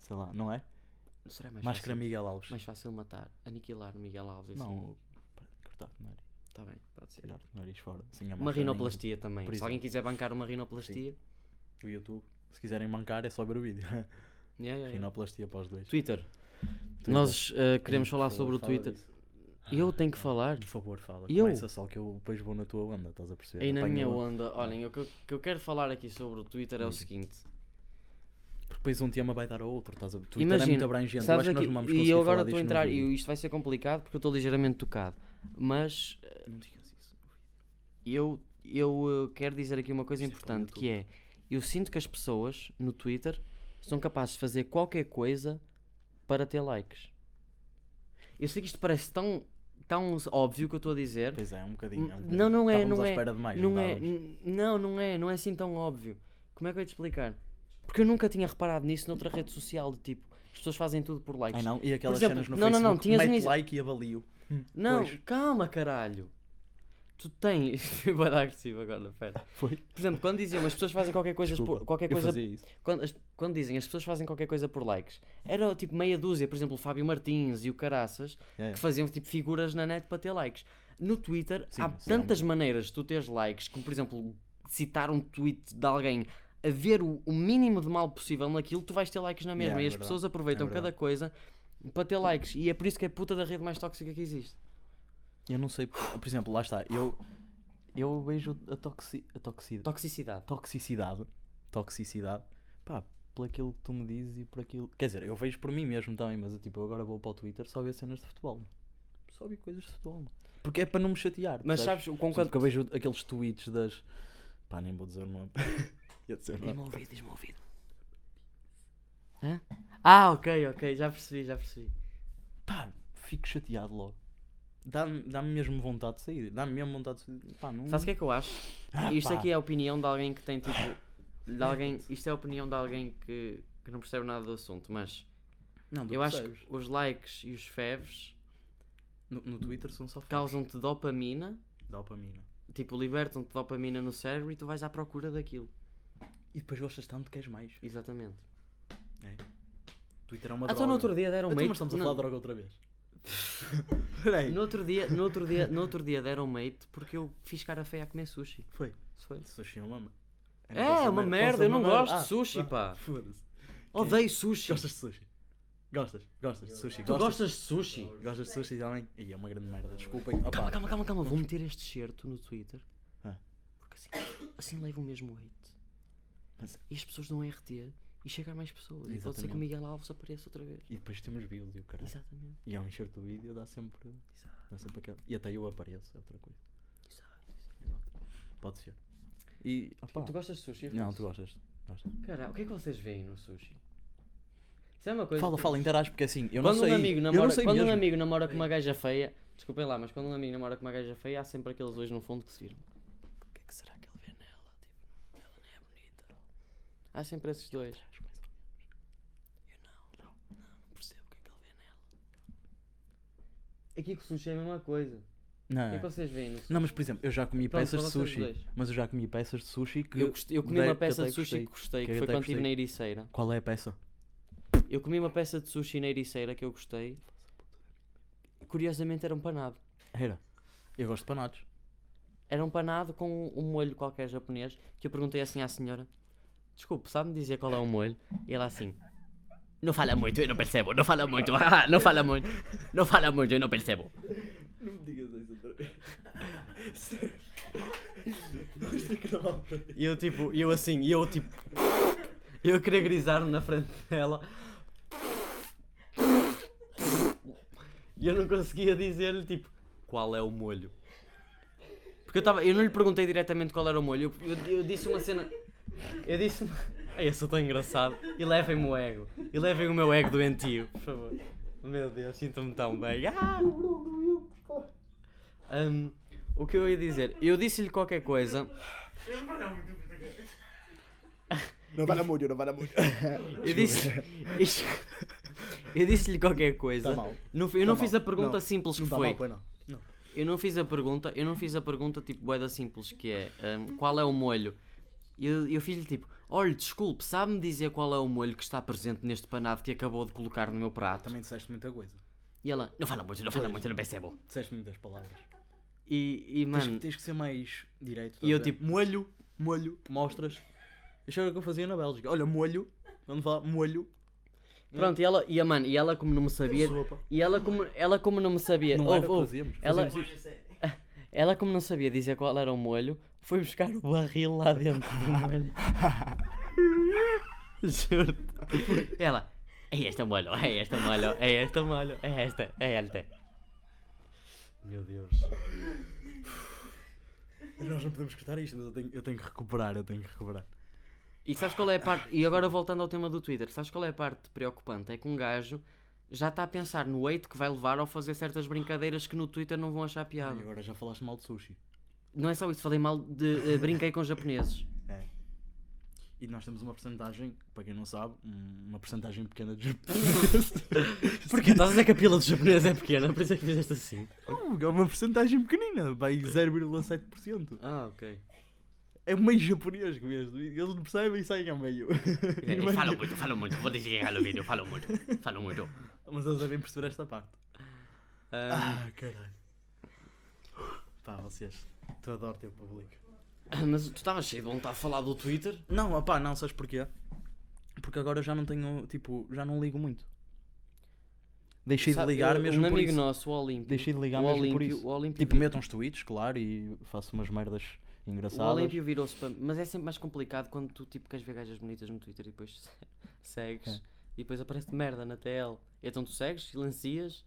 [SPEAKER 2] sei lá, não é?
[SPEAKER 1] Será mais
[SPEAKER 2] máscara
[SPEAKER 1] fácil,
[SPEAKER 2] Miguel Alves.
[SPEAKER 1] mais fácil matar, aniquilar o Miguel Alves assim?
[SPEAKER 2] Não, para cortar o nariz.
[SPEAKER 1] Tá bem, pode ser.
[SPEAKER 2] Tirar o nariz fora. Sem a
[SPEAKER 1] Uma
[SPEAKER 2] máscara nem-
[SPEAKER 1] rinoplastia também.
[SPEAKER 2] Por
[SPEAKER 1] Se
[SPEAKER 2] exemplo.
[SPEAKER 1] alguém quiser bancar uma rinoplastia.
[SPEAKER 2] O YouTube. Se quiserem bancar é só ver o vídeo.
[SPEAKER 1] Yeah, yeah, yeah.
[SPEAKER 2] <laughs> Rinoplastia para os dois.
[SPEAKER 1] Twitter.
[SPEAKER 2] Twitter.
[SPEAKER 1] É. Nós eh, queremos
[SPEAKER 2] Por
[SPEAKER 1] falar
[SPEAKER 2] favor,
[SPEAKER 1] sobre o
[SPEAKER 2] fala
[SPEAKER 1] Twitter.
[SPEAKER 2] disso.
[SPEAKER 1] Eu tenho que falar.
[SPEAKER 2] Por favor, fala.
[SPEAKER 1] Eu?
[SPEAKER 2] Começa só que eu depois vou na tua onda, estás a perceber? um,
[SPEAKER 1] Aí na
[SPEAKER 2] Apanho
[SPEAKER 1] minha
[SPEAKER 2] a-
[SPEAKER 1] onda, olhem, o que eu, que eu quero falar aqui sobre o Twitter é o seguinte:
[SPEAKER 2] Porque depois um tema vai dar a outro, estás a ver? Twitter é
[SPEAKER 1] Imagina,
[SPEAKER 2] muito abrangente, eu acho
[SPEAKER 1] sabes
[SPEAKER 2] que nós
[SPEAKER 1] aqui-
[SPEAKER 2] não vamos
[SPEAKER 1] e
[SPEAKER 2] conseguir
[SPEAKER 1] eu
[SPEAKER 2] falar
[SPEAKER 1] agora
[SPEAKER 2] disto
[SPEAKER 1] a
[SPEAKER 2] num
[SPEAKER 1] entrar,
[SPEAKER 2] vídeo.
[SPEAKER 1] e isto vai ser complicado porque eu estou ligeiramente tocado. Mas
[SPEAKER 2] Não digas isso.
[SPEAKER 1] eu, eu eh, quero dizer aqui uma coisa
[SPEAKER 2] Isso é para o
[SPEAKER 1] importante, que é, eu sinto que as pessoas no Twitter são capazes de fazer qualquer coisa para ter likes. Eu sei que isto parece tão, tão óbvio que eu estou a dizer,
[SPEAKER 2] Pois é, é um bocadinho. é um
[SPEAKER 1] Não,
[SPEAKER 2] bocadinho.
[SPEAKER 1] não é,
[SPEAKER 2] Estávamos
[SPEAKER 1] não
[SPEAKER 2] à
[SPEAKER 1] é,
[SPEAKER 2] espera demais,
[SPEAKER 1] não é,
[SPEAKER 2] estávamos?
[SPEAKER 1] n- não, não é, não é assim tão óbvio. Como é que eu ia te explicar? Porque eu nunca tinha reparado nisso noutra rede social, de tipo, as pessoas fazem tudo por likes.
[SPEAKER 2] Ai não, e aquelas
[SPEAKER 1] exemplo,
[SPEAKER 2] cenas no
[SPEAKER 1] não, não, não,
[SPEAKER 2] Facebook,
[SPEAKER 1] tinhas um
[SPEAKER 2] mete
[SPEAKER 1] exe-
[SPEAKER 2] like e avalio.
[SPEAKER 1] Não,
[SPEAKER 2] Pois.
[SPEAKER 1] calma, caralho. Tu tens. <laughs> Vai dar agressivo agora, pera.
[SPEAKER 2] Foi.
[SPEAKER 1] Por exemplo, quando diziam as pessoas fazem qualquer coisa por,
[SPEAKER 2] Desculpa,
[SPEAKER 1] qualquer
[SPEAKER 2] eu
[SPEAKER 1] coisa
[SPEAKER 2] fazia isso.
[SPEAKER 1] quando, as- quando dizem as pessoas fazem qualquer coisa por likes, era tipo meia dúzia, por exemplo, o Fábio Martins e o Caraças,
[SPEAKER 2] É.
[SPEAKER 1] que faziam tipo figuras na net para ter likes. No Twitter
[SPEAKER 2] Sim,
[SPEAKER 1] há
[SPEAKER 2] sim, há
[SPEAKER 1] tantas maneiras de tu teres likes, como por exemplo, citar um tweet de alguém a ver o, o mínimo de mal possível naquilo, tu vais ter likes na mesma.
[SPEAKER 2] Yeah, é
[SPEAKER 1] e as
[SPEAKER 2] verdade.
[SPEAKER 1] pessoas aproveitam
[SPEAKER 2] É
[SPEAKER 1] cada
[SPEAKER 2] verdade.
[SPEAKER 1] coisa para ter likes. E é por isso que é a puta da rede mais tóxica que existe.
[SPEAKER 2] Eu não sei, por exemplo, lá está, eu, eu vejo a, toxi, a toxi,
[SPEAKER 1] Toxicidade.
[SPEAKER 2] toxicidade, toxicidade, pá, por aquilo que tu me dizes e por aquilo... Quer dizer, eu vejo por mim mesmo também, mas eu, tipo, eu agora vou para o Twitter só ver cenas de futebol, só ver coisas de futebol, porque é para não me chatear,
[SPEAKER 1] Mas
[SPEAKER 2] percebes?
[SPEAKER 1] sabes, o
[SPEAKER 2] Por
[SPEAKER 1] com
[SPEAKER 2] exemplo,
[SPEAKER 1] quanto.
[SPEAKER 2] que eu vejo aqueles tweets das... Pá, nem vou dizer o nome. <laughs> Ia dizer o nome.
[SPEAKER 1] Diz-me ao ouvido, diz-me ao ouvido. Hã? Ah, ok, ok, já percebi, já percebi.
[SPEAKER 2] Pá, fico chateado logo. Dá-me dá mesmo vontade de sair, dá-me mesmo vontade de sair. Pá, não...
[SPEAKER 1] Sabes o que é que eu acho?
[SPEAKER 2] Ah,
[SPEAKER 1] Isto
[SPEAKER 2] pá.
[SPEAKER 1] aqui é a opinião de alguém que tem tipo. De alguém, isto é a opinião de alguém que, que não percebe nada do assunto, mas
[SPEAKER 2] Não, tu
[SPEAKER 1] eu acho
[SPEAKER 2] percebes.
[SPEAKER 1] que os likes e os feves
[SPEAKER 2] No, no Twitter são só fãs.
[SPEAKER 1] causam-te dopamina,
[SPEAKER 2] Dopamina.
[SPEAKER 1] tipo, libertam-te dopamina no cérebro e tu vais à procura daquilo.
[SPEAKER 2] E depois gostas tanto que queres mais.
[SPEAKER 1] Exatamente.
[SPEAKER 2] Twitter é uma
[SPEAKER 1] ah, então no outro dia deram
[SPEAKER 2] então,
[SPEAKER 1] mate.
[SPEAKER 2] mas estamos a
[SPEAKER 1] no-
[SPEAKER 2] falar de droga
[SPEAKER 1] <laughs>
[SPEAKER 2] outra vez. Peraí.
[SPEAKER 1] no outro dia, no outro dia, no outro dia deram mate porque eu fiz cara feia a comer sushi.
[SPEAKER 2] Foi.
[SPEAKER 1] Isso foi.
[SPEAKER 2] Sushi é uma merda.
[SPEAKER 1] É, uma merda, eu não gosto de sushi, pá.
[SPEAKER 2] Ah, Foda-se.
[SPEAKER 1] Odeio sushi.
[SPEAKER 2] Gostas de sushi? Gostas? Gostas de sushi?
[SPEAKER 1] tu gostas de sushi?
[SPEAKER 2] Gostas de sushi também? Ih, é uma grande merda, desculpem. Opa.
[SPEAKER 1] Calma, calma, calma, calma. Vou meter este certo no Twitter.
[SPEAKER 2] Ah.
[SPEAKER 1] Porque assim, assim levo o mesmo hate.
[SPEAKER 2] Mas-
[SPEAKER 1] E as pessoas dão RT e chega a mais pessoas. E pode ser que
[SPEAKER 2] Exatamente.
[SPEAKER 1] o Miguel Alves apareça outra vez.
[SPEAKER 2] E depois temos views e o caralho.
[SPEAKER 1] Exatamente.
[SPEAKER 2] E ao encher do vídeo dá sempre, dá sempre aquela. E até eu apareço, é outra coisa. É Pode ser. E. Opa.
[SPEAKER 1] Tu gostas de sushi?
[SPEAKER 2] Ah, Não,
[SPEAKER 1] Afonso?
[SPEAKER 2] tu gostas. Gostas.
[SPEAKER 1] Caralho, o que é que vocês veem no sushi? Isso é uma coisa.
[SPEAKER 2] Fala,
[SPEAKER 1] que-
[SPEAKER 2] fala, interage, porque assim, eu
[SPEAKER 1] quando
[SPEAKER 2] não sei.
[SPEAKER 1] um amigo
[SPEAKER 2] eu não
[SPEAKER 1] namora,
[SPEAKER 2] sei
[SPEAKER 1] quando um
[SPEAKER 2] mesmo.
[SPEAKER 1] amigo namora com uma gaja feia, desculpem lá, mas quando um amigo namora com uma gaja feia, há sempre aqueles dois no fundo que se viram. O que é que será que ele vê nela? Tipo, ela não é bonita. Há sempre esses dois. Eu não, não, não percebo o que é que ele vê nela. Aqui com o sushi é a mesma coisa. O que é que
[SPEAKER 2] Não,
[SPEAKER 1] vocês veem no sushi?
[SPEAKER 2] Ah. não, mas por exemplo, eu já comi
[SPEAKER 1] Pronto,
[SPEAKER 2] peças de
[SPEAKER 1] fala sobre
[SPEAKER 2] sushi.
[SPEAKER 1] os dois.
[SPEAKER 2] Mas eu já comi peças de sushi que.
[SPEAKER 1] Eu, gost- eu comi
[SPEAKER 2] dei-
[SPEAKER 1] uma
[SPEAKER 2] que
[SPEAKER 1] peça
[SPEAKER 2] até
[SPEAKER 1] de sushi que
[SPEAKER 2] gostei.
[SPEAKER 1] gostei, que,
[SPEAKER 2] que
[SPEAKER 1] foi
[SPEAKER 2] até
[SPEAKER 1] quando estive na
[SPEAKER 2] gostei.
[SPEAKER 1] Ericeira.
[SPEAKER 2] Qual é a peça?
[SPEAKER 1] Eu comi uma peça de sushi na Ericeira que eu gostei. Curiosamente era um panado.
[SPEAKER 2] Era. Eu gosto de panados.
[SPEAKER 1] Era um panado com um molho qualquer japonês que eu perguntei assim à senhora: Desculpe, sabe-me dizer qual é o molho? E ela assim: Não fala muito, eu não percebo, não fala muito, <laughs> ah, não fala muito, não fala muito, eu não percebo.
[SPEAKER 2] Não me digas isso outra vez. Isto
[SPEAKER 1] E eu tipo, eu assim, e eu tipo, eu queria grisar-me na frente dela. E eu não conseguia dizer-lhe tipo, qual é o molho? Porque eu estava, eu não lhe perguntei diretamente qual era o molho. Eu, eu- eu disse uma cena, eu disse uma... <laughs> Ai, eu sou tão engraçado. E levem-me o ego. E levem o meu ego doentio, por favor. Meu Deus, sinto-me tão bem. Ah! Ahm, Hum, o que eu ia dizer? Eu disse-lhe qualquer coisa.
[SPEAKER 3] No vale mucho, no vale mucho.
[SPEAKER 1] Eu disse. <laughs> isto- Eu disse-lhe qualquer coisa.
[SPEAKER 2] Tá mal.
[SPEAKER 1] Não fi- eu não
[SPEAKER 2] Tá
[SPEAKER 1] fiz a
[SPEAKER 2] mal.
[SPEAKER 1] pergunta
[SPEAKER 2] Não.
[SPEAKER 1] simples que
[SPEAKER 2] não está
[SPEAKER 1] foi.
[SPEAKER 2] mal, pois não. Não.
[SPEAKER 1] eu não fiz a pergunta, eu não fiz a pergunta tipo boeda simples que é hum, qual é o molho? E Eu, eu fiz-lhe tipo, olha, desculpe, sabe-me dizer qual é o molho que está presente neste panado que acabou de colocar no meu prato?
[SPEAKER 2] Também disseste muita coisa.
[SPEAKER 1] E ela, não fala muito, não fala muito, não é percebo.
[SPEAKER 2] Disseste muitas palavras.
[SPEAKER 1] E, e
[SPEAKER 2] Tens,
[SPEAKER 1] mano,
[SPEAKER 2] tens que ser mais direito. tá
[SPEAKER 1] e eu
[SPEAKER 2] estás a ver?
[SPEAKER 1] tipo, molho,
[SPEAKER 2] molho, mostras. Isso era o que eu fazia na Bélgica. Olha, molho, quando fala molho,
[SPEAKER 1] pronto, e ela, e a mano, e ela como não me sabia,
[SPEAKER 2] sopa.
[SPEAKER 1] e ela como, ela como não me sabia,
[SPEAKER 2] Não
[SPEAKER 1] ouve,
[SPEAKER 2] era o que
[SPEAKER 1] ouve,
[SPEAKER 2] fazíamos.
[SPEAKER 1] ela-
[SPEAKER 2] fazíamos isto.
[SPEAKER 1] <laughs> Ela, como não sabia dizer qual era o molho,
[SPEAKER 2] <laughs>
[SPEAKER 1] foi buscar o barril lá dentro do molho. Juro-te.
[SPEAKER 4] Ela, é esta molho, é esta molho, é esta molho, é esta, é esta. Meu Deus.
[SPEAKER 2] Nós não podemos cortar isto, mas eu tenho, eu tenho que recuperar, eu tenho que recuperar.
[SPEAKER 1] E sabes qual é a parte. E agora voltando ao tema do Twitter, sabes qual é a parte preocupante? É que um gajo já está a pensar no hate que vai levar ao fazer certas brincadeiras que no Twitter não vão achar
[SPEAKER 2] E
[SPEAKER 1] piada.
[SPEAKER 2] agora já falaste mal de sushi.
[SPEAKER 1] Não é só isso, falei mal de. eh, brinquei com japoneses.
[SPEAKER 2] E nós temos uma porcentagem, para quem não sabe, um- uma porcentagem pequena de <laughs> japoneses.
[SPEAKER 4] Porquê? Estás a dizer que a pila dos japoneses é pequena, por isso é que fizeste assim.
[SPEAKER 2] Não, é uma porcentagem pequenina, vai 0,7%.
[SPEAKER 4] Eh,
[SPEAKER 1] Ah, ok.
[SPEAKER 2] É meio japonês mesmo, e eles não percebem e saem a meio. <laughs>
[SPEAKER 4] É, Falam muito, falam muito, vou desligar o vídeo, falam muito, falam muito.
[SPEAKER 2] Mas eles devem perceber esta parte.
[SPEAKER 1] Ah,
[SPEAKER 2] Ah, caralho. Pá, vocês, tu adoro teu público.
[SPEAKER 1] mas tu estavas cheio de vontade de falar do Twitter?
[SPEAKER 2] Não, opá, não, sabes porquê? Porque agora eu já não tenho, tipo, já não ligo muito. Deixei
[SPEAKER 1] Sabe,
[SPEAKER 2] de ligar
[SPEAKER 1] eu-
[SPEAKER 2] mesmo
[SPEAKER 1] Um
[SPEAKER 2] por
[SPEAKER 1] amigo
[SPEAKER 2] isso.
[SPEAKER 1] nosso, o Olímpio.
[SPEAKER 2] Deixei de ligar
[SPEAKER 1] o
[SPEAKER 2] mesmo por
[SPEAKER 1] Olímpio,
[SPEAKER 2] isso.
[SPEAKER 1] o Olímpio,
[SPEAKER 2] Tipo,
[SPEAKER 1] vi-
[SPEAKER 2] meto uns tweets, claro, e faço umas merdas
[SPEAKER 1] o
[SPEAKER 2] engraçadas.
[SPEAKER 1] Olímpio virou-se para. Mas é sempre mais complicado quando tu tipo, queres ver gajas bonitas no Twitter e depois <laughs> segues e depois aparece merda na TL. Então tu segues, silencias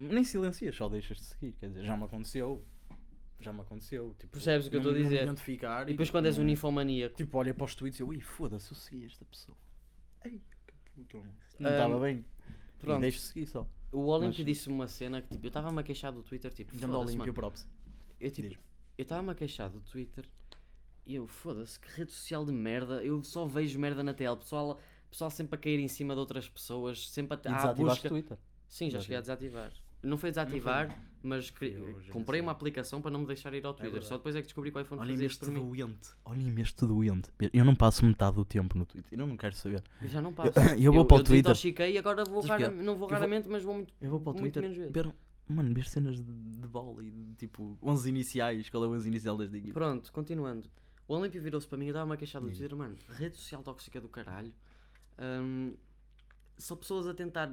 [SPEAKER 2] Nem silencias, só deixas de seguir. Quer dizer, já me aconteceu. Já me aconteceu. Tipo,
[SPEAKER 1] Percebes o que eu estou
[SPEAKER 2] não-
[SPEAKER 1] a
[SPEAKER 2] não me
[SPEAKER 1] dizer?
[SPEAKER 2] identificar
[SPEAKER 1] E depois quando és um ninfomaníaco.
[SPEAKER 2] Tipo, olha para os tweets e eu, ui, foda-se, eu segui esta pessoa. Ei, que puto. Não
[SPEAKER 1] Ahm,
[SPEAKER 2] estava bem.
[SPEAKER 1] pronto.
[SPEAKER 2] E deixo de seguir só.
[SPEAKER 1] O Olímpio
[SPEAKER 2] Mas-
[SPEAKER 1] disse uma cena que tipo, eu estava-me a queixar do Twitter, tipo,
[SPEAKER 2] Dando ao
[SPEAKER 1] foda-se,
[SPEAKER 2] Olímpio
[SPEAKER 1] mano.
[SPEAKER 2] props.
[SPEAKER 1] Eu tipo, eu estava-me a queixar do Twitter e eu, foda-se, que rede social de merda, eu só vejo merda na tela, pessoal, pessoal sempre a cair em cima de outras pessoas, sempre a
[SPEAKER 2] E
[SPEAKER 1] à
[SPEAKER 2] desativaste
[SPEAKER 1] Tá, busca.
[SPEAKER 2] o Twitter.
[SPEAKER 1] Sim, já
[SPEAKER 2] Desativaste.
[SPEAKER 1] cheguei a desativar. Não foi desativar, mas cri-
[SPEAKER 2] Eu já não
[SPEAKER 1] comprei
[SPEAKER 2] sei.
[SPEAKER 1] uma aplicação para não me deixar ir ao Twitter,
[SPEAKER 2] verdade.
[SPEAKER 1] só depois é que descobri que o iPhone fazia
[SPEAKER 2] Olhem
[SPEAKER 1] isto por
[SPEAKER 2] este
[SPEAKER 1] mim.
[SPEAKER 2] doente. Olhem este doente. Eu não passo metade do tempo no Twitter. Eu não quero saber.
[SPEAKER 1] Eu já não
[SPEAKER 2] Eu,
[SPEAKER 1] passo.
[SPEAKER 2] eu <laughs> vou para o
[SPEAKER 1] Eu
[SPEAKER 2] Twitter.
[SPEAKER 1] desintoxiquei e agora vou
[SPEAKER 2] Sabes
[SPEAKER 1] rara-
[SPEAKER 2] porquê?
[SPEAKER 1] não vou
[SPEAKER 2] Eu vou-
[SPEAKER 1] raramente, mas vou muito.
[SPEAKER 2] Eu vou para o
[SPEAKER 1] muito
[SPEAKER 2] Twitter.
[SPEAKER 1] menos vezes.
[SPEAKER 2] ver- Mano, ver cenas de, de bola e de, tipo 11 iniciais. Qual é o 11 inicial das equipas?
[SPEAKER 1] Pronto, continuando. O Olímpio virou-se para mim e dava-me a queixar do
[SPEAKER 2] Diz.
[SPEAKER 1] Twitter, mano, rede social tóxica do caralho. Hum, só pessoas a tentar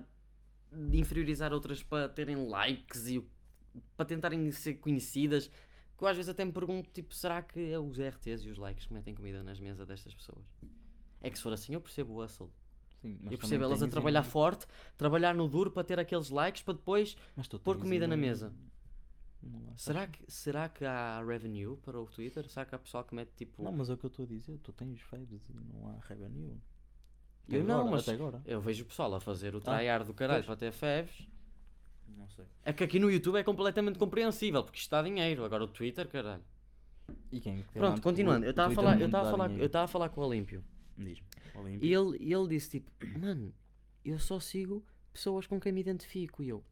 [SPEAKER 1] de inferiorizar outras para terem likes e o- para tentarem ser conhecidas. Que eu às vezes até me pergunto, tipo, será que é os RTs e os likes que metem comida nas mesas destas pessoas? É que se for assim eu percebo o hustle.
[SPEAKER 2] Sim, mas
[SPEAKER 1] eu percebo
[SPEAKER 2] também assim um-
[SPEAKER 1] elas a
[SPEAKER 2] tens
[SPEAKER 1] trabalhar
[SPEAKER 2] em-
[SPEAKER 1] forte, trabalhar no duro para ter aqueles likes para depois...
[SPEAKER 2] mas tu
[SPEAKER 1] pôr
[SPEAKER 2] tens
[SPEAKER 1] comida
[SPEAKER 2] em-
[SPEAKER 1] na mesa.
[SPEAKER 2] Não há-
[SPEAKER 1] Será que, será que há revenue para o Twitter? Será que há pessoal que mete, tipo...
[SPEAKER 2] Não, mas é o que eu estou a dizer. Tu tens faves e não há revenue. Até
[SPEAKER 1] eu não,
[SPEAKER 2] agora,
[SPEAKER 1] mas...
[SPEAKER 2] Até agora.
[SPEAKER 1] Eu vejo o pessoal a fazer o
[SPEAKER 2] Ah,
[SPEAKER 1] tryhard do caralho para ter faves.
[SPEAKER 2] Não sei.
[SPEAKER 1] É que aqui no YouTube é completamente compreensível, porque isto dá dinheiro. Agora o Twitter, caralho.
[SPEAKER 2] E quem é que tem
[SPEAKER 1] Pronto,
[SPEAKER 2] lá-
[SPEAKER 1] continuando. Eu
[SPEAKER 2] o
[SPEAKER 1] estava a
[SPEAKER 2] Twitter
[SPEAKER 1] falar,
[SPEAKER 2] não
[SPEAKER 1] eu estava a
[SPEAKER 2] dá
[SPEAKER 1] falar, eu
[SPEAKER 2] dinheiro.
[SPEAKER 1] estava a falar com o Olímpio.
[SPEAKER 2] Diz-me, Olímpio.
[SPEAKER 1] E ele, e ele disse tipo, mano, eu só sigo pessoas com quem me identifico e eu.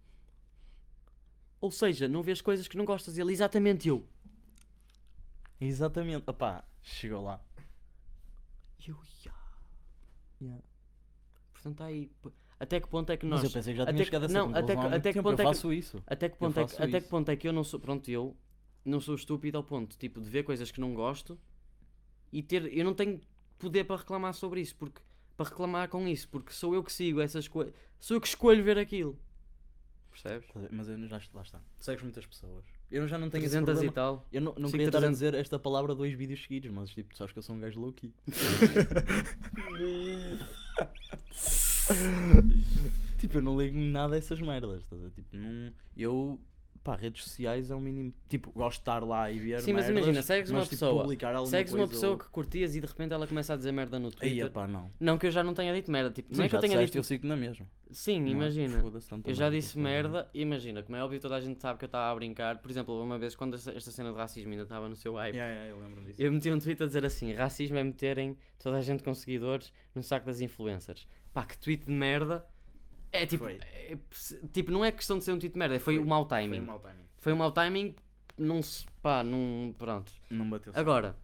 [SPEAKER 1] Ou seja, não vês coisas que não gostas dele, exatamente eu.
[SPEAKER 2] Exatamente. Opá, chegou lá.
[SPEAKER 1] Eu, ia. Portanto, tá aí. p- Até que ponto é que nós.
[SPEAKER 2] Mas eu pensei que já
[SPEAKER 1] até
[SPEAKER 2] tinha
[SPEAKER 1] que-
[SPEAKER 2] chegado a essa
[SPEAKER 1] não, até
[SPEAKER 2] conclusão
[SPEAKER 1] que-
[SPEAKER 2] há muito
[SPEAKER 1] até que
[SPEAKER 2] tempo.
[SPEAKER 1] ponto é
[SPEAKER 2] Eu
[SPEAKER 1] que-
[SPEAKER 2] faço isso.
[SPEAKER 1] Até que, ponto é que,
[SPEAKER 2] faço
[SPEAKER 1] até que
[SPEAKER 2] isso.
[SPEAKER 1] ponto é que eu não sou. Pronto, eu não sou estúpido ao ponto tipo, de ver coisas que não gosto e ter. Eu não tenho poder para reclamar sobre isso, porque. Para reclamar com isso, porque sou eu que sigo essas coisas. Sou eu que escolho ver aquilo. Percebes?
[SPEAKER 2] Mas eu já, lá está. Segues muitas pessoas. Eu já não tenho esse é
[SPEAKER 1] 300 e
[SPEAKER 2] problema.
[SPEAKER 1] tal.
[SPEAKER 2] Eu não, não
[SPEAKER 1] Sigo
[SPEAKER 2] queria estar a
[SPEAKER 1] 300.
[SPEAKER 2] dizer esta palavra dois vídeos seguidos, mas tipo, tu sabes que eu sou um gajo louco. <laughs> tipo, eu não ligo nada a essas merdas. estás a ver? Tipo, não, eu, pá, redes sociais é o mínimo. Tipo, gosto de estar lá e ver.
[SPEAKER 1] Sim, mas
[SPEAKER 2] merdas,
[SPEAKER 1] imagina, segues uma
[SPEAKER 2] mas, tipo,
[SPEAKER 1] pessoa,
[SPEAKER 2] publicar alguma
[SPEAKER 1] Segues uma
[SPEAKER 2] coisa
[SPEAKER 1] pessoa
[SPEAKER 2] ou-
[SPEAKER 1] que curtias e de repente ela começa a dizer merda no Twitter.
[SPEAKER 2] Aí, pá, não.
[SPEAKER 1] Não que eu já não tenha dito merda. Tipo, não
[SPEAKER 2] Sim,
[SPEAKER 1] é que eu
[SPEAKER 2] já
[SPEAKER 1] tenha
[SPEAKER 2] disseste,
[SPEAKER 1] dito.
[SPEAKER 2] Eu sigo na mesma.
[SPEAKER 1] Sim,
[SPEAKER 2] Não é?
[SPEAKER 1] imagina.
[SPEAKER 2] Foda-se, é tanta
[SPEAKER 1] Eu já
[SPEAKER 2] merda que
[SPEAKER 1] disse
[SPEAKER 2] eu sigo.
[SPEAKER 1] merda, imagina, como é óbvio, toda a gente sabe que eu estava a brincar. Por exemplo, houve uma vez quando esta esta cena de racismo ainda estava no seu hype,
[SPEAKER 2] Yeah, yeah, eu lembro disso.
[SPEAKER 1] É eu meti um tweet a dizer assim: racismo é meterem toda a gente com seguidores no saco das influencers. Pá, que tweet de merda. É tipo,
[SPEAKER 2] Foi.
[SPEAKER 1] é- tipo não é questão de ser um tweet de merda, foi, o mau timing. Foi,
[SPEAKER 2] mau timing.
[SPEAKER 1] um mau timing, não se. pá, não. pronto.
[SPEAKER 2] Não bateu
[SPEAKER 1] Agora,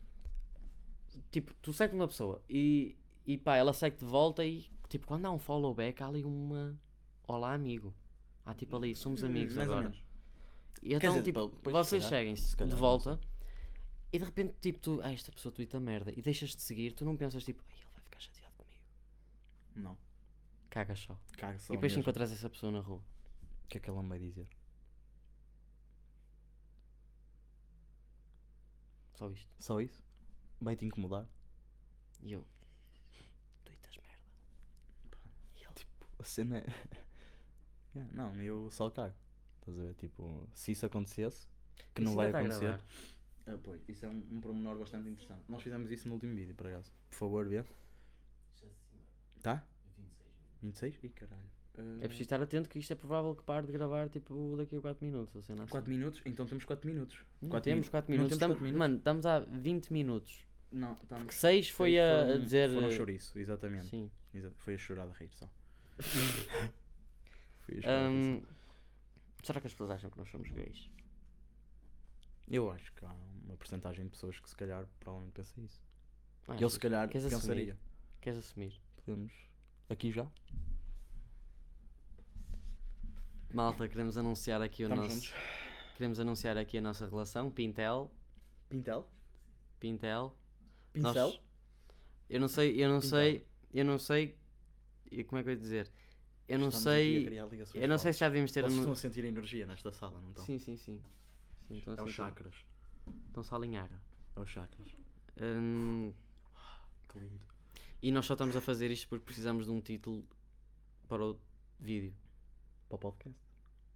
[SPEAKER 1] tipo, tu segues uma pessoa e, e pá, ela segue de volta e, tipo, quando há um follow back, há ali uma. Olá, amigo. Há tipo ali, somos amigos
[SPEAKER 2] mais ou
[SPEAKER 1] agora.
[SPEAKER 2] menos.
[SPEAKER 1] E então,
[SPEAKER 2] dizer,
[SPEAKER 1] tipo,
[SPEAKER 2] depois,
[SPEAKER 1] vocês
[SPEAKER 2] se calhar,
[SPEAKER 1] seguem-se
[SPEAKER 2] se calhar,
[SPEAKER 1] de
[SPEAKER 2] não
[SPEAKER 1] volta e de repente, tipo, tu, ah, esta pessoa tuita merda e deixas de seguir, tu não pensas, tipo, ai, ele vai ficar chateado comigo.
[SPEAKER 2] Não.
[SPEAKER 1] Caga só.
[SPEAKER 2] Cago só.
[SPEAKER 1] e depois
[SPEAKER 2] mesmo.
[SPEAKER 1] encontras essa pessoa na rua.
[SPEAKER 2] O que é que ela me vai dizer?
[SPEAKER 1] Só isto.
[SPEAKER 2] Só isso? Vai te incomodar?
[SPEAKER 1] E eu, tuitas merda.
[SPEAKER 2] a cena é. <laughs> Yeah, não, eu só cago. Estás a ver? Tipo, se isso acontecesse, que não
[SPEAKER 4] Isso
[SPEAKER 2] vai
[SPEAKER 4] ainda tá a
[SPEAKER 2] acontecer.
[SPEAKER 4] gravar.
[SPEAKER 2] Ah, pois, isso é um, um pormenor bastante interessante. Nós fizemos isso no último vídeo, por acaso. Por favor, vê. Tá? 26? 26? Ih, caralho.
[SPEAKER 1] É preciso estar atento que isto é provável que pare de gravar tipo daqui a 4 minutos. Ou cena assim.
[SPEAKER 2] 4 minutos? Então temos 4 minutos.
[SPEAKER 1] Não
[SPEAKER 2] Quatro
[SPEAKER 1] temos
[SPEAKER 2] minu-
[SPEAKER 1] 4
[SPEAKER 2] não
[SPEAKER 1] minutos.
[SPEAKER 2] temos
[SPEAKER 1] Tamo-
[SPEAKER 2] quatro minutos?
[SPEAKER 1] Mano, estamos há 20 minutos.
[SPEAKER 2] Não, estamos.
[SPEAKER 1] 6 foi a, a
[SPEAKER 2] foram-
[SPEAKER 1] dizer.
[SPEAKER 2] Foram
[SPEAKER 1] eh,
[SPEAKER 2] chouriço, exatamente.
[SPEAKER 1] Sim.
[SPEAKER 2] Exa- Foi a chorar
[SPEAKER 1] <laughs>
[SPEAKER 2] de rir só. Foi a chorar de rir só.
[SPEAKER 1] Ahm, será que as pessoas acham que nós somos gays?
[SPEAKER 2] Eu acho que há uma porcentagem de pessoas que se calhar provavelmente pensa isso.
[SPEAKER 1] Ah,
[SPEAKER 2] Eu se calhar
[SPEAKER 1] queres
[SPEAKER 2] pensaria.
[SPEAKER 1] Queres assumir?
[SPEAKER 2] Podemos. Aqui já?
[SPEAKER 1] Malta, queremos anunciar aqui o
[SPEAKER 2] Estamos
[SPEAKER 1] nosso.
[SPEAKER 2] juntos.
[SPEAKER 1] Queremos anunciar aqui a nossa relação. Pintel.
[SPEAKER 2] Pintel?
[SPEAKER 1] Pintel. Nós-
[SPEAKER 2] Pincel?
[SPEAKER 1] Eu não sei, eu não
[SPEAKER 2] Pintel.
[SPEAKER 1] sei, eu não sei. e Como é que eu ia dizer? Eu não
[SPEAKER 2] Estamos aqui a
[SPEAKER 1] sei.
[SPEAKER 2] criar ligações
[SPEAKER 1] Eu não sei se já devíamos ter.
[SPEAKER 2] Vocês
[SPEAKER 1] anu-
[SPEAKER 2] estão a sentir a energia nesta sala, não estão?
[SPEAKER 1] Sim, sim, sim. sim estão a
[SPEAKER 2] É os
[SPEAKER 1] sentir.
[SPEAKER 2] chakras.
[SPEAKER 1] Estão-se a alinhar.
[SPEAKER 2] É os chakras.
[SPEAKER 1] Hum,
[SPEAKER 2] Que lindo.
[SPEAKER 1] e nós só estamos a fazer isto porque precisamos de um título para o vídeo.
[SPEAKER 2] Para o podcast.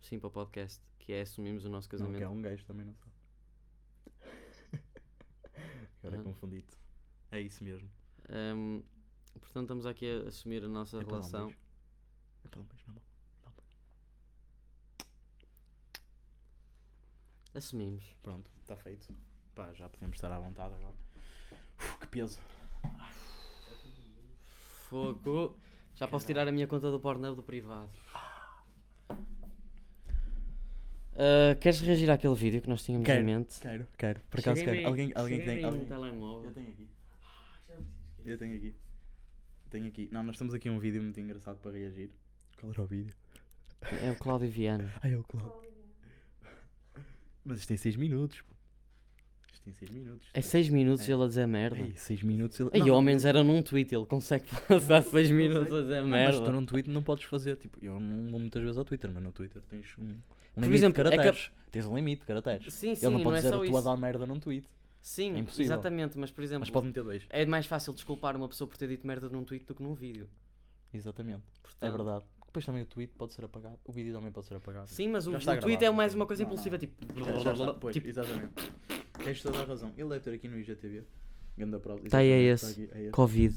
[SPEAKER 1] Sim, para o podcast. Que é Assumimos o Nosso
[SPEAKER 2] Não, que é
[SPEAKER 1] Casamento.
[SPEAKER 2] um gajo também,
[SPEAKER 1] <laughs>
[SPEAKER 2] não sabe. Agora
[SPEAKER 1] Ah.
[SPEAKER 2] confundido. É isso mesmo.
[SPEAKER 1] Hum, portanto, estamos aqui a assumir a nossa
[SPEAKER 2] É para dar um
[SPEAKER 1] relação.
[SPEAKER 2] beijo. É para dar um beijo na mão. Dá um beijo.
[SPEAKER 1] Assumimos.
[SPEAKER 2] Pronto, está feito. Pá, já podemos estar à vontade agora. Uf, que peso.
[SPEAKER 1] Fogo. Já posso tirar a minha conta do Pornhub do privado. Ah, queres reagir àquele vídeo que nós tínhamos
[SPEAKER 2] Quero.
[SPEAKER 1] em mente?
[SPEAKER 2] Quero, quero. Por acaso
[SPEAKER 1] Cheguei-me-
[SPEAKER 2] quero. Alguém, alguém que tem.
[SPEAKER 1] cheguei-me
[SPEAKER 2] Alguém...
[SPEAKER 1] um telemóvel.
[SPEAKER 2] tenho aqui. Eu tenho aqui. Tenho aqui. Não, nós temos aqui um vídeo muito engraçado para reagir. Qual era o vídeo?
[SPEAKER 1] É o Cláudio Viana.
[SPEAKER 2] Ai, é o Cláudio. Mas isto tem 6 minutos. pô. Isto tem 6 minutos.
[SPEAKER 1] É 6 minutos ele a dizer merda.
[SPEAKER 2] Ei, 6 minutos. ele-
[SPEAKER 1] Ei,
[SPEAKER 2] Não, não,
[SPEAKER 1] ao menos era num tweet, ele consegue <laughs> passar 6 minutos a dizer
[SPEAKER 2] Mas tu
[SPEAKER 1] merda.
[SPEAKER 2] num Twitter não podes fazer, tipo, eu não vou muitas vezes ao Twitter, mas no Twitter tens um, um limite
[SPEAKER 1] exemplo, é
[SPEAKER 2] de
[SPEAKER 1] que a-
[SPEAKER 2] caracteres. Tens um limite de caracteres.
[SPEAKER 1] Sim, sim,
[SPEAKER 2] Ele não
[SPEAKER 1] não,
[SPEAKER 2] pode
[SPEAKER 1] é
[SPEAKER 2] dizer
[SPEAKER 1] só
[SPEAKER 2] a tua
[SPEAKER 1] isso.
[SPEAKER 2] dá merda num tweet,
[SPEAKER 1] Sim,
[SPEAKER 2] É impossível.
[SPEAKER 1] exatamente, mas por exemplo,
[SPEAKER 2] mas pode meter dois.
[SPEAKER 1] é mais fácil desculpar uma pessoa por ter dito merda num tweet do que num vídeo.
[SPEAKER 2] Exatamente. É
[SPEAKER 1] Portanto,
[SPEAKER 2] verdade. Depois também o tweet pode ser apagado, o vídeo também pode ser apagado.
[SPEAKER 1] Sim, mas o,
[SPEAKER 2] Já
[SPEAKER 1] o
[SPEAKER 2] está
[SPEAKER 1] tweet é
[SPEAKER 2] gravado,
[SPEAKER 1] mais
[SPEAKER 2] então.
[SPEAKER 1] uma coisa
[SPEAKER 2] Não, não,
[SPEAKER 1] impulsiva,
[SPEAKER 2] não.
[SPEAKER 1] tipo...
[SPEAKER 2] Já- já está, pois,
[SPEAKER 1] tipo,
[SPEAKER 2] exatamente. Tens toda a razão. Ele deve ter aqui no IGTV. Ganda prova.
[SPEAKER 1] Tá aí, é
[SPEAKER 2] exatamente,
[SPEAKER 1] esse.
[SPEAKER 2] aqui, é esse.
[SPEAKER 1] Covid.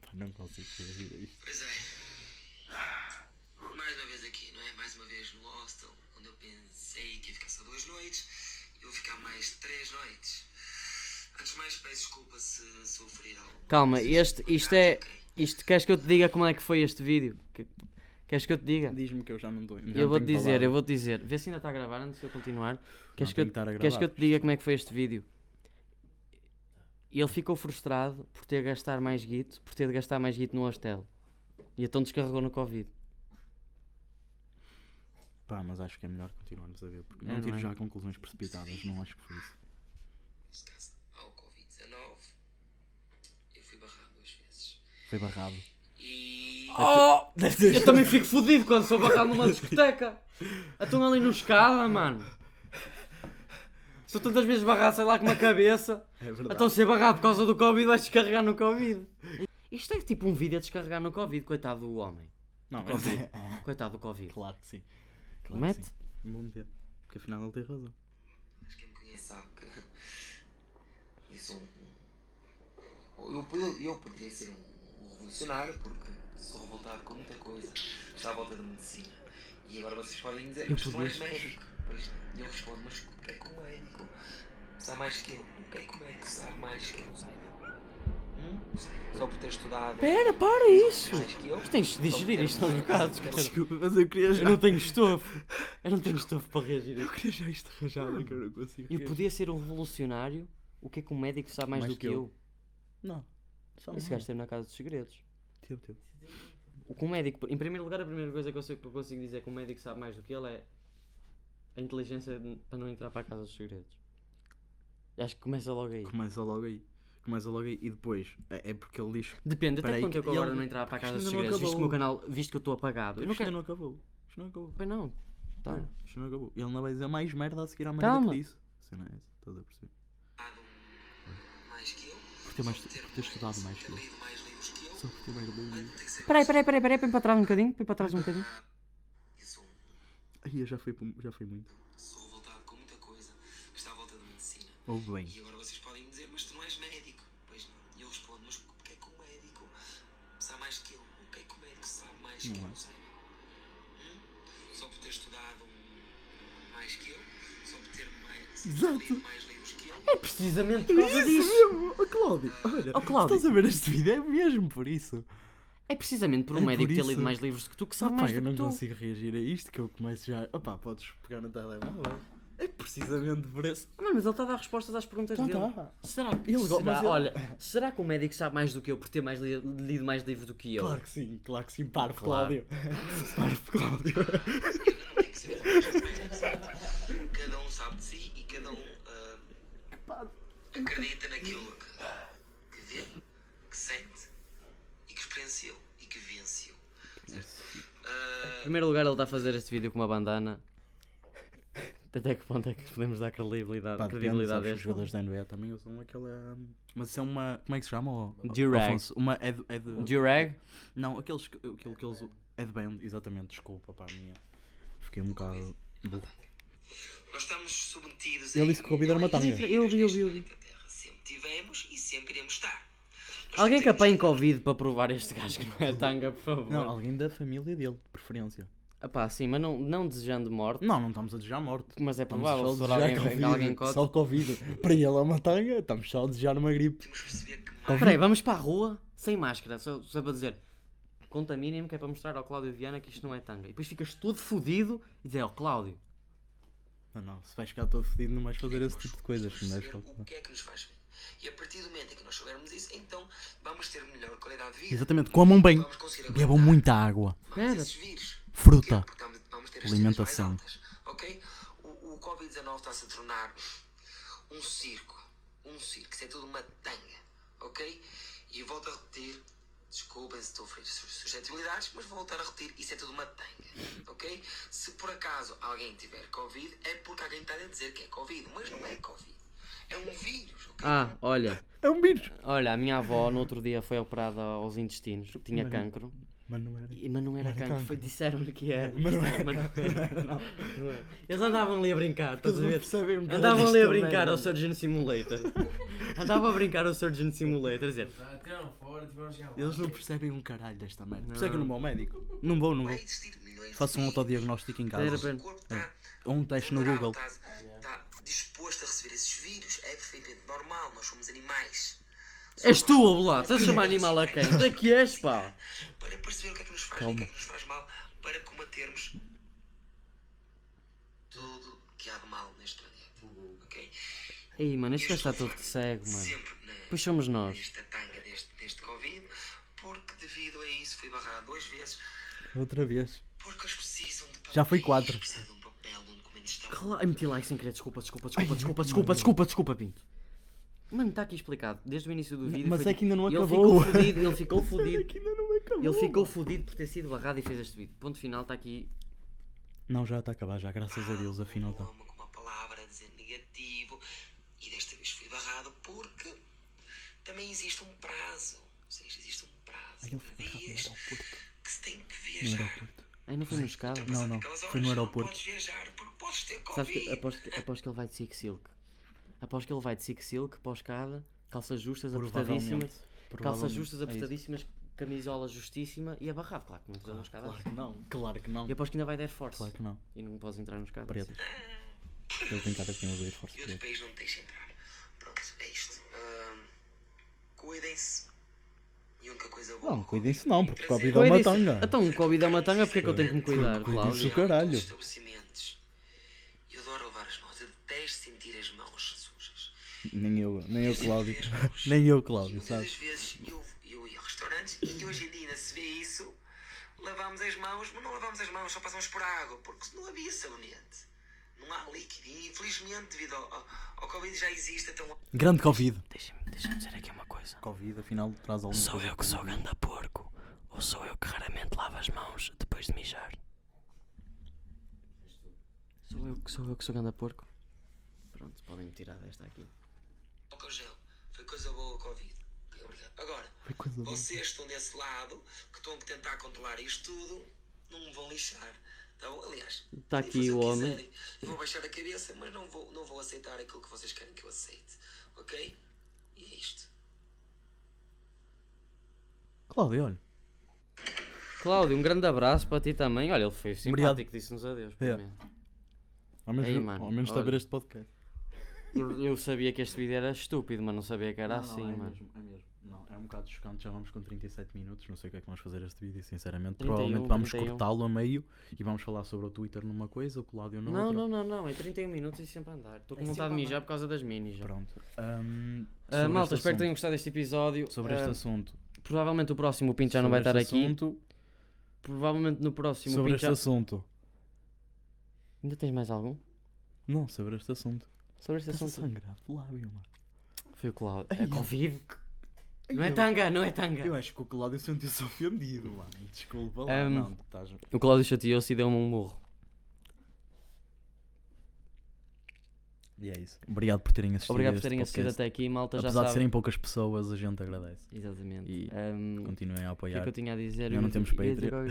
[SPEAKER 2] Pá, Não consigo fazer isto.
[SPEAKER 5] Pois é. Mais uma vez aqui, não é? Mais uma vez no hostel, onde eu pensei que ia ficar só duas noites, eu vou ficar mais três noites. Antes de mais, peço desculpa se sofri algo.
[SPEAKER 1] Calma, este, isto é. Isto, queres que eu te diga como é que foi este vídeo? Que- Queres que eu te diga?
[SPEAKER 2] Diz-me que eu já não estou.
[SPEAKER 1] Eu vou-te dizer, eu vou-te dizer. Vê se ainda está a gravar antes de eu continuar. Queres,
[SPEAKER 2] tem
[SPEAKER 1] que eu,
[SPEAKER 2] que estar a
[SPEAKER 1] queres que eu
[SPEAKER 2] gravar.
[SPEAKER 1] te diga como é que foi este vídeo? Ele ficou frustrado por ter de gastar mais guito, por ter de gastar mais guito no hostel. E então descarregou no Covid.
[SPEAKER 2] Pá, mas acho que é melhor continuarmos a ver, porque
[SPEAKER 1] É,
[SPEAKER 2] não
[SPEAKER 1] não
[SPEAKER 2] tiro
[SPEAKER 1] é?
[SPEAKER 2] já conclusões precipitadas, não acho que foi isso.
[SPEAKER 5] Neste caso, ao Covid-19, eu fui barrado duas vezes.
[SPEAKER 2] Foi barrado.
[SPEAKER 5] E.
[SPEAKER 1] Eu também fico fodido quando sou barrado numa discoteca. Estão ali no escada, mano. Sou tantas vezes barrado, sei lá, com uma cabeça.
[SPEAKER 2] É verdade.
[SPEAKER 1] Então se é barrado por causa do Covid, vais descarregar no Covid. Isto é tipo um vídeo a descarregar no Covid, coitado do homem.
[SPEAKER 2] Não, mas é.
[SPEAKER 1] Coitado do Covid.
[SPEAKER 2] <laughs> Claro que sim. Claro que
[SPEAKER 1] Mete?
[SPEAKER 2] sim. Vou meter. Porque afinal ele tem
[SPEAKER 1] <laughs>
[SPEAKER 2] razão.
[SPEAKER 5] Mas quem me conhece sabe que eu sou um. Eu, eu, eu poderia ser um revolucionário porque sou revoltado com muita coisa. Está à volta da medicina. E agora vocês podem dizer, mas tu não és médico. Pois não. E eu respondo, mas o que é que o médico sabe mais que eu? O que é que o médico sabe mais que eu? Sabe? Hum? Só por ter estudado.
[SPEAKER 1] Pera, para isso!
[SPEAKER 5] Mais que eu?
[SPEAKER 1] Mas tens de digerir isto aos bocados, cara.
[SPEAKER 2] Desculpa, mas eu queria
[SPEAKER 1] Eu não tenho estofo. Eu não tenho estofo para reagir. a isto.
[SPEAKER 2] queria já isto arranjado, que eu não consigo.
[SPEAKER 1] Eu podia ser um revolucionário. O que é que um médico sabe mais, do que, eu?
[SPEAKER 2] Não. Só
[SPEAKER 1] Esse gajo esteve na casa dos segredos.
[SPEAKER 2] Teve, teve.
[SPEAKER 1] O que um médico, em primeiro lugar, a primeira coisa que eu, sei, que eu consigo dizer que um médico sabe mais do que ele é a inteligência de- para não entrar para a casa dos segredos. Acho que começa logo aí.
[SPEAKER 2] Começa logo aí. Começa logo aí. E depois, é, é porque ele diz.
[SPEAKER 1] Depende, até
[SPEAKER 2] Peraí,
[SPEAKER 1] quanto
[SPEAKER 2] que-
[SPEAKER 1] eu que
[SPEAKER 2] e
[SPEAKER 1] agora
[SPEAKER 2] ele-
[SPEAKER 1] não entrar para a
[SPEAKER 2] porque
[SPEAKER 1] casa dos
[SPEAKER 2] isto ainda não
[SPEAKER 1] segredos, visto que o meu
[SPEAKER 2] acabou.
[SPEAKER 1] canal, visto que eu estou apagado. Eu não
[SPEAKER 2] Isto
[SPEAKER 1] quero.
[SPEAKER 2] ainda não acabou. Isto não acabou.
[SPEAKER 1] Pois não. Tá.
[SPEAKER 2] Isto não acabou. Ele não vai dizer mais merda a seguir à merda
[SPEAKER 1] Calma.
[SPEAKER 2] que disse. Cena é essa. Estás a perceber?
[SPEAKER 5] estudado um mais que eu,
[SPEAKER 4] Por ter, mais, por ter estudado mais que eu.
[SPEAKER 5] ter lido mais livros que eu,
[SPEAKER 4] Só por ter mais lido.
[SPEAKER 5] tem sempre
[SPEAKER 1] Peraí, peraí, peraí, peraí, põe para trás um bocadinho, põe para trás um bocadinho.
[SPEAKER 5] isso.
[SPEAKER 2] Ai, eu já fui, pum- já fui muito.
[SPEAKER 5] Sou revoltado com muita coisa que está à volta da medicina.
[SPEAKER 2] Ouve bem.
[SPEAKER 5] E agora vocês podem me dizer, mas tu não és médico. Pois não. E eu respondo, mas porque é que o médico sabe mais que eu? O que é que o médico sabe mais que
[SPEAKER 2] Não
[SPEAKER 5] eu?
[SPEAKER 2] é.
[SPEAKER 5] Não sei. Hum? Só por ter estudado um- mais que eu? Só por ter mais, lido mais livros que eu?
[SPEAKER 1] É Precisamente por causa disso.
[SPEAKER 2] mesmo! Oh, Cláudio, olha,
[SPEAKER 1] Oh, Cláudio.
[SPEAKER 2] estás a ver este vídeo? É mesmo por isso.
[SPEAKER 1] É precisamente por um
[SPEAKER 2] É por
[SPEAKER 1] médico ter
[SPEAKER 2] isso.
[SPEAKER 1] lido mais livros que tu que sabe
[SPEAKER 2] Opa,
[SPEAKER 1] mais
[SPEAKER 2] eu
[SPEAKER 1] do que
[SPEAKER 2] não
[SPEAKER 1] tu.
[SPEAKER 2] consigo reagir a isto que eu começo já. Opa, podes pegar no telemóvel. É precisamente por isso.
[SPEAKER 1] Não, mas ele está a dar respostas às perguntas
[SPEAKER 2] Tá,
[SPEAKER 1] dele.
[SPEAKER 2] tá.
[SPEAKER 1] Será que
[SPEAKER 2] Ele go-
[SPEAKER 1] será,
[SPEAKER 2] mas ele-
[SPEAKER 1] olha, será que o médico sabe mais do que eu por ter mais li- lido mais livros do que eu?
[SPEAKER 2] Claro que sim, claro que sim, parvo
[SPEAKER 1] Claro. <laughs>
[SPEAKER 2] Cláudio. Parvo Cláudio.
[SPEAKER 5] Não tem que ser mais sabe. Cada um sabe de si e cada um ah, acredita naquilo que, que vê, que sente e que experienciou e que venceu. Ah,
[SPEAKER 1] Em primeiro lugar, ele está a fazer este vídeo com uma bandana. Até que ponto é que podemos dar credibilidade,
[SPEAKER 2] Pá, é depende,
[SPEAKER 1] credibilidade
[SPEAKER 2] sabes,
[SPEAKER 1] a
[SPEAKER 2] os
[SPEAKER 1] este?
[SPEAKER 2] jogadores da NBA também usam aquela. Mas isso é uma. Como é que se chama? ó- ó-
[SPEAKER 4] Durag.
[SPEAKER 2] Afonso? Uma. É do, é do-
[SPEAKER 4] Durag?
[SPEAKER 2] Não, aqueles, que- aquilo que eles. Headband, exatamente, desculpa, pá, minha. Fiquei um bocado. burro.
[SPEAKER 5] Nós estamos submetidos
[SPEAKER 2] Ele disse que o Covid era uma tanga.
[SPEAKER 1] Eu vi, eu vi, eu vi.
[SPEAKER 5] planeta Terra. Sempre tivemos e sempre iremos estar. Nós
[SPEAKER 1] Alguém
[SPEAKER 5] temos
[SPEAKER 1] que apanhe Covid para provar este gajo que não é tanga, por favor.
[SPEAKER 2] Não, alguém da família dele, de preferência.
[SPEAKER 1] Ah pá, sim, mas não, não desejando morte,
[SPEAKER 2] Não, não estamos a desejar morte.
[SPEAKER 1] mas é
[SPEAKER 2] Estamos só
[SPEAKER 1] provável
[SPEAKER 2] a
[SPEAKER 1] se for
[SPEAKER 2] desejar
[SPEAKER 1] alguém, alguém Covid.
[SPEAKER 2] Covid. Só Covid. Para ele é uma tanga, estamos só a desejar uma gripe.
[SPEAKER 5] Temos que perceber que mais
[SPEAKER 1] Peraí, vamos para a rua sem máscara, só, só para dizer contaminem-me que é para mostrar ao Cláudio e Viana que isto não é tanga. E depois ficas todo fodido e dizer ao Cláudio.
[SPEAKER 2] Não, não, se vais ficar todo fedido, não vais fazer esse tipo de coisas. Não
[SPEAKER 5] perceber
[SPEAKER 2] deves
[SPEAKER 5] o
[SPEAKER 2] calcular.
[SPEAKER 5] que é que nos faz bem. E a partir do momento em que nós soubermos isso, então vamos ter melhor qualidade de vida.
[SPEAKER 2] Exatamente, comam bem,
[SPEAKER 5] Vamos conseguir
[SPEAKER 2] bebam
[SPEAKER 5] aguentar
[SPEAKER 2] muita água,
[SPEAKER 5] mais
[SPEAKER 1] Espera.
[SPEAKER 5] esses vírus.
[SPEAKER 2] fruta.
[SPEAKER 5] Porquê? Porque vamos- vamos ter as cenas
[SPEAKER 2] Alimentação.
[SPEAKER 5] mais altas, ok? O, o Covid-19 está-se a tornar um circo. Um circo. Isso é tudo uma tanga, ok? E volto a repetir. Desculpem se estou a ferir su- suscetibilidades, mas vou voltar a repetir. Isso é tudo uma tanga, ok? Se por acaso alguém tiver Covid, é porque alguém está a dizer que é Covid. Mas não é Covid. É um vírus, ok?
[SPEAKER 1] Ah, olha,
[SPEAKER 2] É um vírus.
[SPEAKER 1] olha, a minha avó no outro dia foi operada aos intestinos, tinha
[SPEAKER 2] Mano.
[SPEAKER 1] cancro.
[SPEAKER 2] Mas não é era.
[SPEAKER 1] E- Mas não era cancro, foi- disseram-lhe que era.
[SPEAKER 2] <laughs> Mas <laughs> não era.
[SPEAKER 1] Mas não era. Eles andavam ali a brincar, estás a ver?
[SPEAKER 2] Saber
[SPEAKER 1] Andavam ali a brincar
[SPEAKER 2] é?
[SPEAKER 1] ao Surgeon Simulator.
[SPEAKER 2] <laughs>
[SPEAKER 1] Andavam a brincar ao Surgeon Simulator, a dizer,
[SPEAKER 2] Eles não percebem um caralho desta merda. Por isso é que eu não vou ao médico. Não vou, não
[SPEAKER 5] Vai
[SPEAKER 2] vou.
[SPEAKER 5] existir milhões de
[SPEAKER 2] Faço um
[SPEAKER 5] vírus.
[SPEAKER 2] autodiagnóstico em
[SPEAKER 1] Pera,
[SPEAKER 2] casa.
[SPEAKER 1] pera.
[SPEAKER 5] O corpo está
[SPEAKER 2] Ou um teste no Google.
[SPEAKER 5] Está tá, disposto a receber esses vírus, é perfeitamente normal, nós somos animais.
[SPEAKER 1] és tu, abulado, estás a chamar animal a quem? Onde é que és, pá?
[SPEAKER 5] Para perceber o que é que nos faz bem, o que é que nos faz mal, para combatermos tudo que há de mal neste planeta. Ok?
[SPEAKER 1] Ei, mano, este gajo está todo cego, mano.
[SPEAKER 5] Sempre na,
[SPEAKER 1] Pois somos nós.
[SPEAKER 5] nesta tanga deste, deste Covid, porque devido a isso fui barrado duas vezes,
[SPEAKER 2] Outra vez.
[SPEAKER 5] porque eles precisam de papéis,
[SPEAKER 2] Já fui quatro.
[SPEAKER 5] Precisam de um papel, de um documento de estado.
[SPEAKER 1] Claro, ai, meti like sem querer, desculpa, desculpa, desculpa, desculpa, desculpa, desculpa, desculpa, Pinto. Mano, está aqui explicado, desde o início do vídeo.
[SPEAKER 2] mas
[SPEAKER 1] foi
[SPEAKER 2] é que ainda não
[SPEAKER 1] ele
[SPEAKER 2] acabou.
[SPEAKER 1] Ficou fudido, ele
[SPEAKER 2] <laughs>
[SPEAKER 1] ficou fudido.
[SPEAKER 2] ainda não acabou.
[SPEAKER 1] Ele ficou fudido por ter sido barrado e fez este vídeo. Ponto final, está aqui.
[SPEAKER 2] Não, já está a acabar, já, graças a Deus, afinal tá.
[SPEAKER 5] com
[SPEAKER 2] está.
[SPEAKER 5] uma, com uma palavra a dizer negativo e desta vez fui barrado porque também existe um prazo. Ou seja, existe um prazo
[SPEAKER 2] Ele
[SPEAKER 5] de
[SPEAKER 2] foi rápido no
[SPEAKER 5] dias
[SPEAKER 2] aeroporto.
[SPEAKER 5] que se tem que
[SPEAKER 2] No
[SPEAKER 5] viajar. Então,
[SPEAKER 2] aeroporto.
[SPEAKER 1] Ai, não foi no escada.
[SPEAKER 2] Não, não,
[SPEAKER 5] Aquelas
[SPEAKER 2] foi no
[SPEAKER 5] horas não
[SPEAKER 2] aeroporto.
[SPEAKER 5] Podes viajar porque podes ter
[SPEAKER 1] Sabes que
[SPEAKER 5] Covid.
[SPEAKER 1] aposto, que- aposto que ele vai de Silk Silk. Aposto que ele vai de Silk Silk, pós-cada, calças justas, apertadíssimas. Calças
[SPEAKER 2] Provavelmente.
[SPEAKER 1] justas,
[SPEAKER 2] É isso.
[SPEAKER 1] apertadíssimas, camisola justíssima e abarrado, claro que não pode nos
[SPEAKER 2] Claro que não, claro que não.
[SPEAKER 1] E aposto que ainda vai de Air Force.
[SPEAKER 2] Claro que não.
[SPEAKER 1] E não podes entrar nos cadas.
[SPEAKER 2] Preto. Ele tem cara que é. tem os dois fortes
[SPEAKER 5] E outro
[SPEAKER 2] preto.
[SPEAKER 5] país não me deixa entrar. Pronto, é isto. Ahm, Cuidem-se. E a única coisa boa.
[SPEAKER 2] Não, cuidem-se não, porque Covid
[SPEAKER 5] Trazer-
[SPEAKER 2] é
[SPEAKER 1] Covid
[SPEAKER 2] uma
[SPEAKER 1] disse,
[SPEAKER 2] tanga.
[SPEAKER 1] Então, o Covid é uma tanga, porque é que eu tenho que me cuidar,
[SPEAKER 2] Covid
[SPEAKER 1] Cláudio?
[SPEAKER 2] isso. caralho.
[SPEAKER 5] Os estabelecimentos. Eu adoro levar as mãos. Eu detesto sentir as mãos sujas.
[SPEAKER 2] Nem eu, nem eu, Cláudio.
[SPEAKER 5] Detesto ver as mãos.
[SPEAKER 2] <laughs> Nem eu,
[SPEAKER 5] E
[SPEAKER 2] Cláudio,
[SPEAKER 5] muitas das
[SPEAKER 2] sabes?
[SPEAKER 5] vezes eu, eu ia a restaurantes e hoje em dia ainda se vê isso. Lavamos as mãos, mas não lavamos as mãos, só passamos por água, porque não havia sabonete. Não há líquido. E infelizmente, devido ao, ao, ao Covid, já existe até um.
[SPEAKER 2] Grande Covid.
[SPEAKER 1] Deixa-me deixa dizer aqui uma coisa.
[SPEAKER 2] Covid, afinal, traz alguma
[SPEAKER 1] Sou eu que sou ganda porco, ou sou eu que raramente lavo as mãos depois de mijar? Sou eu que sou eu que sou ganda porco? Pronto, podem me tirar desta aqui.
[SPEAKER 5] álcool gel. Foi Foi coisa boa a Covid. Obrigado. Agora, vocês estão desse lado, que estão a tentar controlar isto tudo, não me vão lixar. Então, aliás,
[SPEAKER 1] Tá
[SPEAKER 5] podem
[SPEAKER 1] aqui
[SPEAKER 5] fazer
[SPEAKER 1] o
[SPEAKER 5] que
[SPEAKER 1] homem.
[SPEAKER 5] quiserem. Eu vou baixar a cabeça, mas não vou, não vou aceitar aquilo que vocês querem que eu aceite. Ok? E é isto.
[SPEAKER 2] Cláudio, olha.
[SPEAKER 1] Cláudio, um grande abraço para ti também. Olha, ele foi
[SPEAKER 2] Obrigado.
[SPEAKER 1] simpático, disse-nos adeus. pelo
[SPEAKER 2] É.
[SPEAKER 1] menos.
[SPEAKER 2] Ao menos,
[SPEAKER 1] Ei,
[SPEAKER 2] eu-
[SPEAKER 1] mano,
[SPEAKER 2] ao menos está a ver
[SPEAKER 1] olha.
[SPEAKER 2] este podcast.
[SPEAKER 1] Eu, eu sabia que este vídeo era estúpido, mas não sabia que era assim,
[SPEAKER 2] é
[SPEAKER 1] mano.
[SPEAKER 2] Mesmo, é mesmo. Não, é um bocado chocante. Já vamos com 37 minutos. Não sei o que é que vamos fazer este vídeo, sinceramente.
[SPEAKER 1] 31,
[SPEAKER 2] Provavelmente vamos
[SPEAKER 1] 31.
[SPEAKER 2] cortá-lo a meio e vamos falar sobre o Twitter numa coisa, o Cláudio noutra.
[SPEAKER 1] Não, não, não, não. É 31 minutos e sempre a andar. Estou com
[SPEAKER 4] É
[SPEAKER 1] vontade de
[SPEAKER 4] sempre a
[SPEAKER 1] mijar por causa das minis. já.
[SPEAKER 2] Pronto. Ahm,
[SPEAKER 1] Ah,
[SPEAKER 2] sobre
[SPEAKER 1] malta,
[SPEAKER 2] este
[SPEAKER 1] espero que tenham
[SPEAKER 2] assunto-
[SPEAKER 1] gostado deste episódio.
[SPEAKER 2] Sobre
[SPEAKER 1] Ah,
[SPEAKER 2] este assunto.
[SPEAKER 1] Provavelmente o próximo o Pinto já não vai estar
[SPEAKER 2] sobre este
[SPEAKER 1] aqui.
[SPEAKER 2] assunto,
[SPEAKER 1] Provavelmente no próximo o
[SPEAKER 2] sobre
[SPEAKER 1] Pinto
[SPEAKER 2] este
[SPEAKER 1] já...
[SPEAKER 2] assunto.
[SPEAKER 1] Ainda tens mais algum?
[SPEAKER 2] Não, sobre este assunto.
[SPEAKER 1] Sobre este
[SPEAKER 2] Está
[SPEAKER 1] assunto?
[SPEAKER 2] sangrado o lábio, mano.
[SPEAKER 1] Foi o Cláudio. É Covid. Não é tanga, não é tanga.
[SPEAKER 2] Eu acho que o Cláudio sentiu-se ofendido, mano. Desculpa lá.
[SPEAKER 1] Ahm,
[SPEAKER 2] Não, estás...
[SPEAKER 1] O Cláudio chateou-se e deu-me um murro.
[SPEAKER 2] E é isso. Obrigado por terem assistido
[SPEAKER 1] Obrigado por
[SPEAKER 2] este
[SPEAKER 1] terem assistido
[SPEAKER 2] podcast.
[SPEAKER 1] até aqui, malta. Já
[SPEAKER 2] Apesar de
[SPEAKER 1] sabem.
[SPEAKER 2] serem poucas pessoas, a gente agradece.
[SPEAKER 1] Exatamente.
[SPEAKER 2] E
[SPEAKER 1] Ahm, O
[SPEAKER 2] Continuem a
[SPEAKER 1] que é
[SPEAKER 2] apoiar.
[SPEAKER 1] que eu tinha a dizer?
[SPEAKER 2] Nós
[SPEAKER 1] Eu
[SPEAKER 2] não
[SPEAKER 1] ia-
[SPEAKER 2] temos
[SPEAKER 1] ia dizer
[SPEAKER 2] Patreon.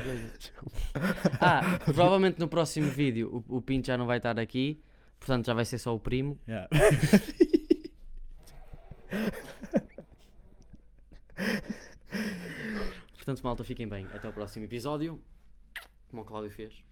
[SPEAKER 1] qualquer
[SPEAKER 2] <laughs>
[SPEAKER 1] coisa. ah, provavelmente no próximo vídeo o, o Pinto já não vai estar aqui, portanto já vai ser só o primo.
[SPEAKER 2] Yeah.
[SPEAKER 1] Portanto, malta, fiquem bem. Até o próximo episódio. Como o Cláudio fez.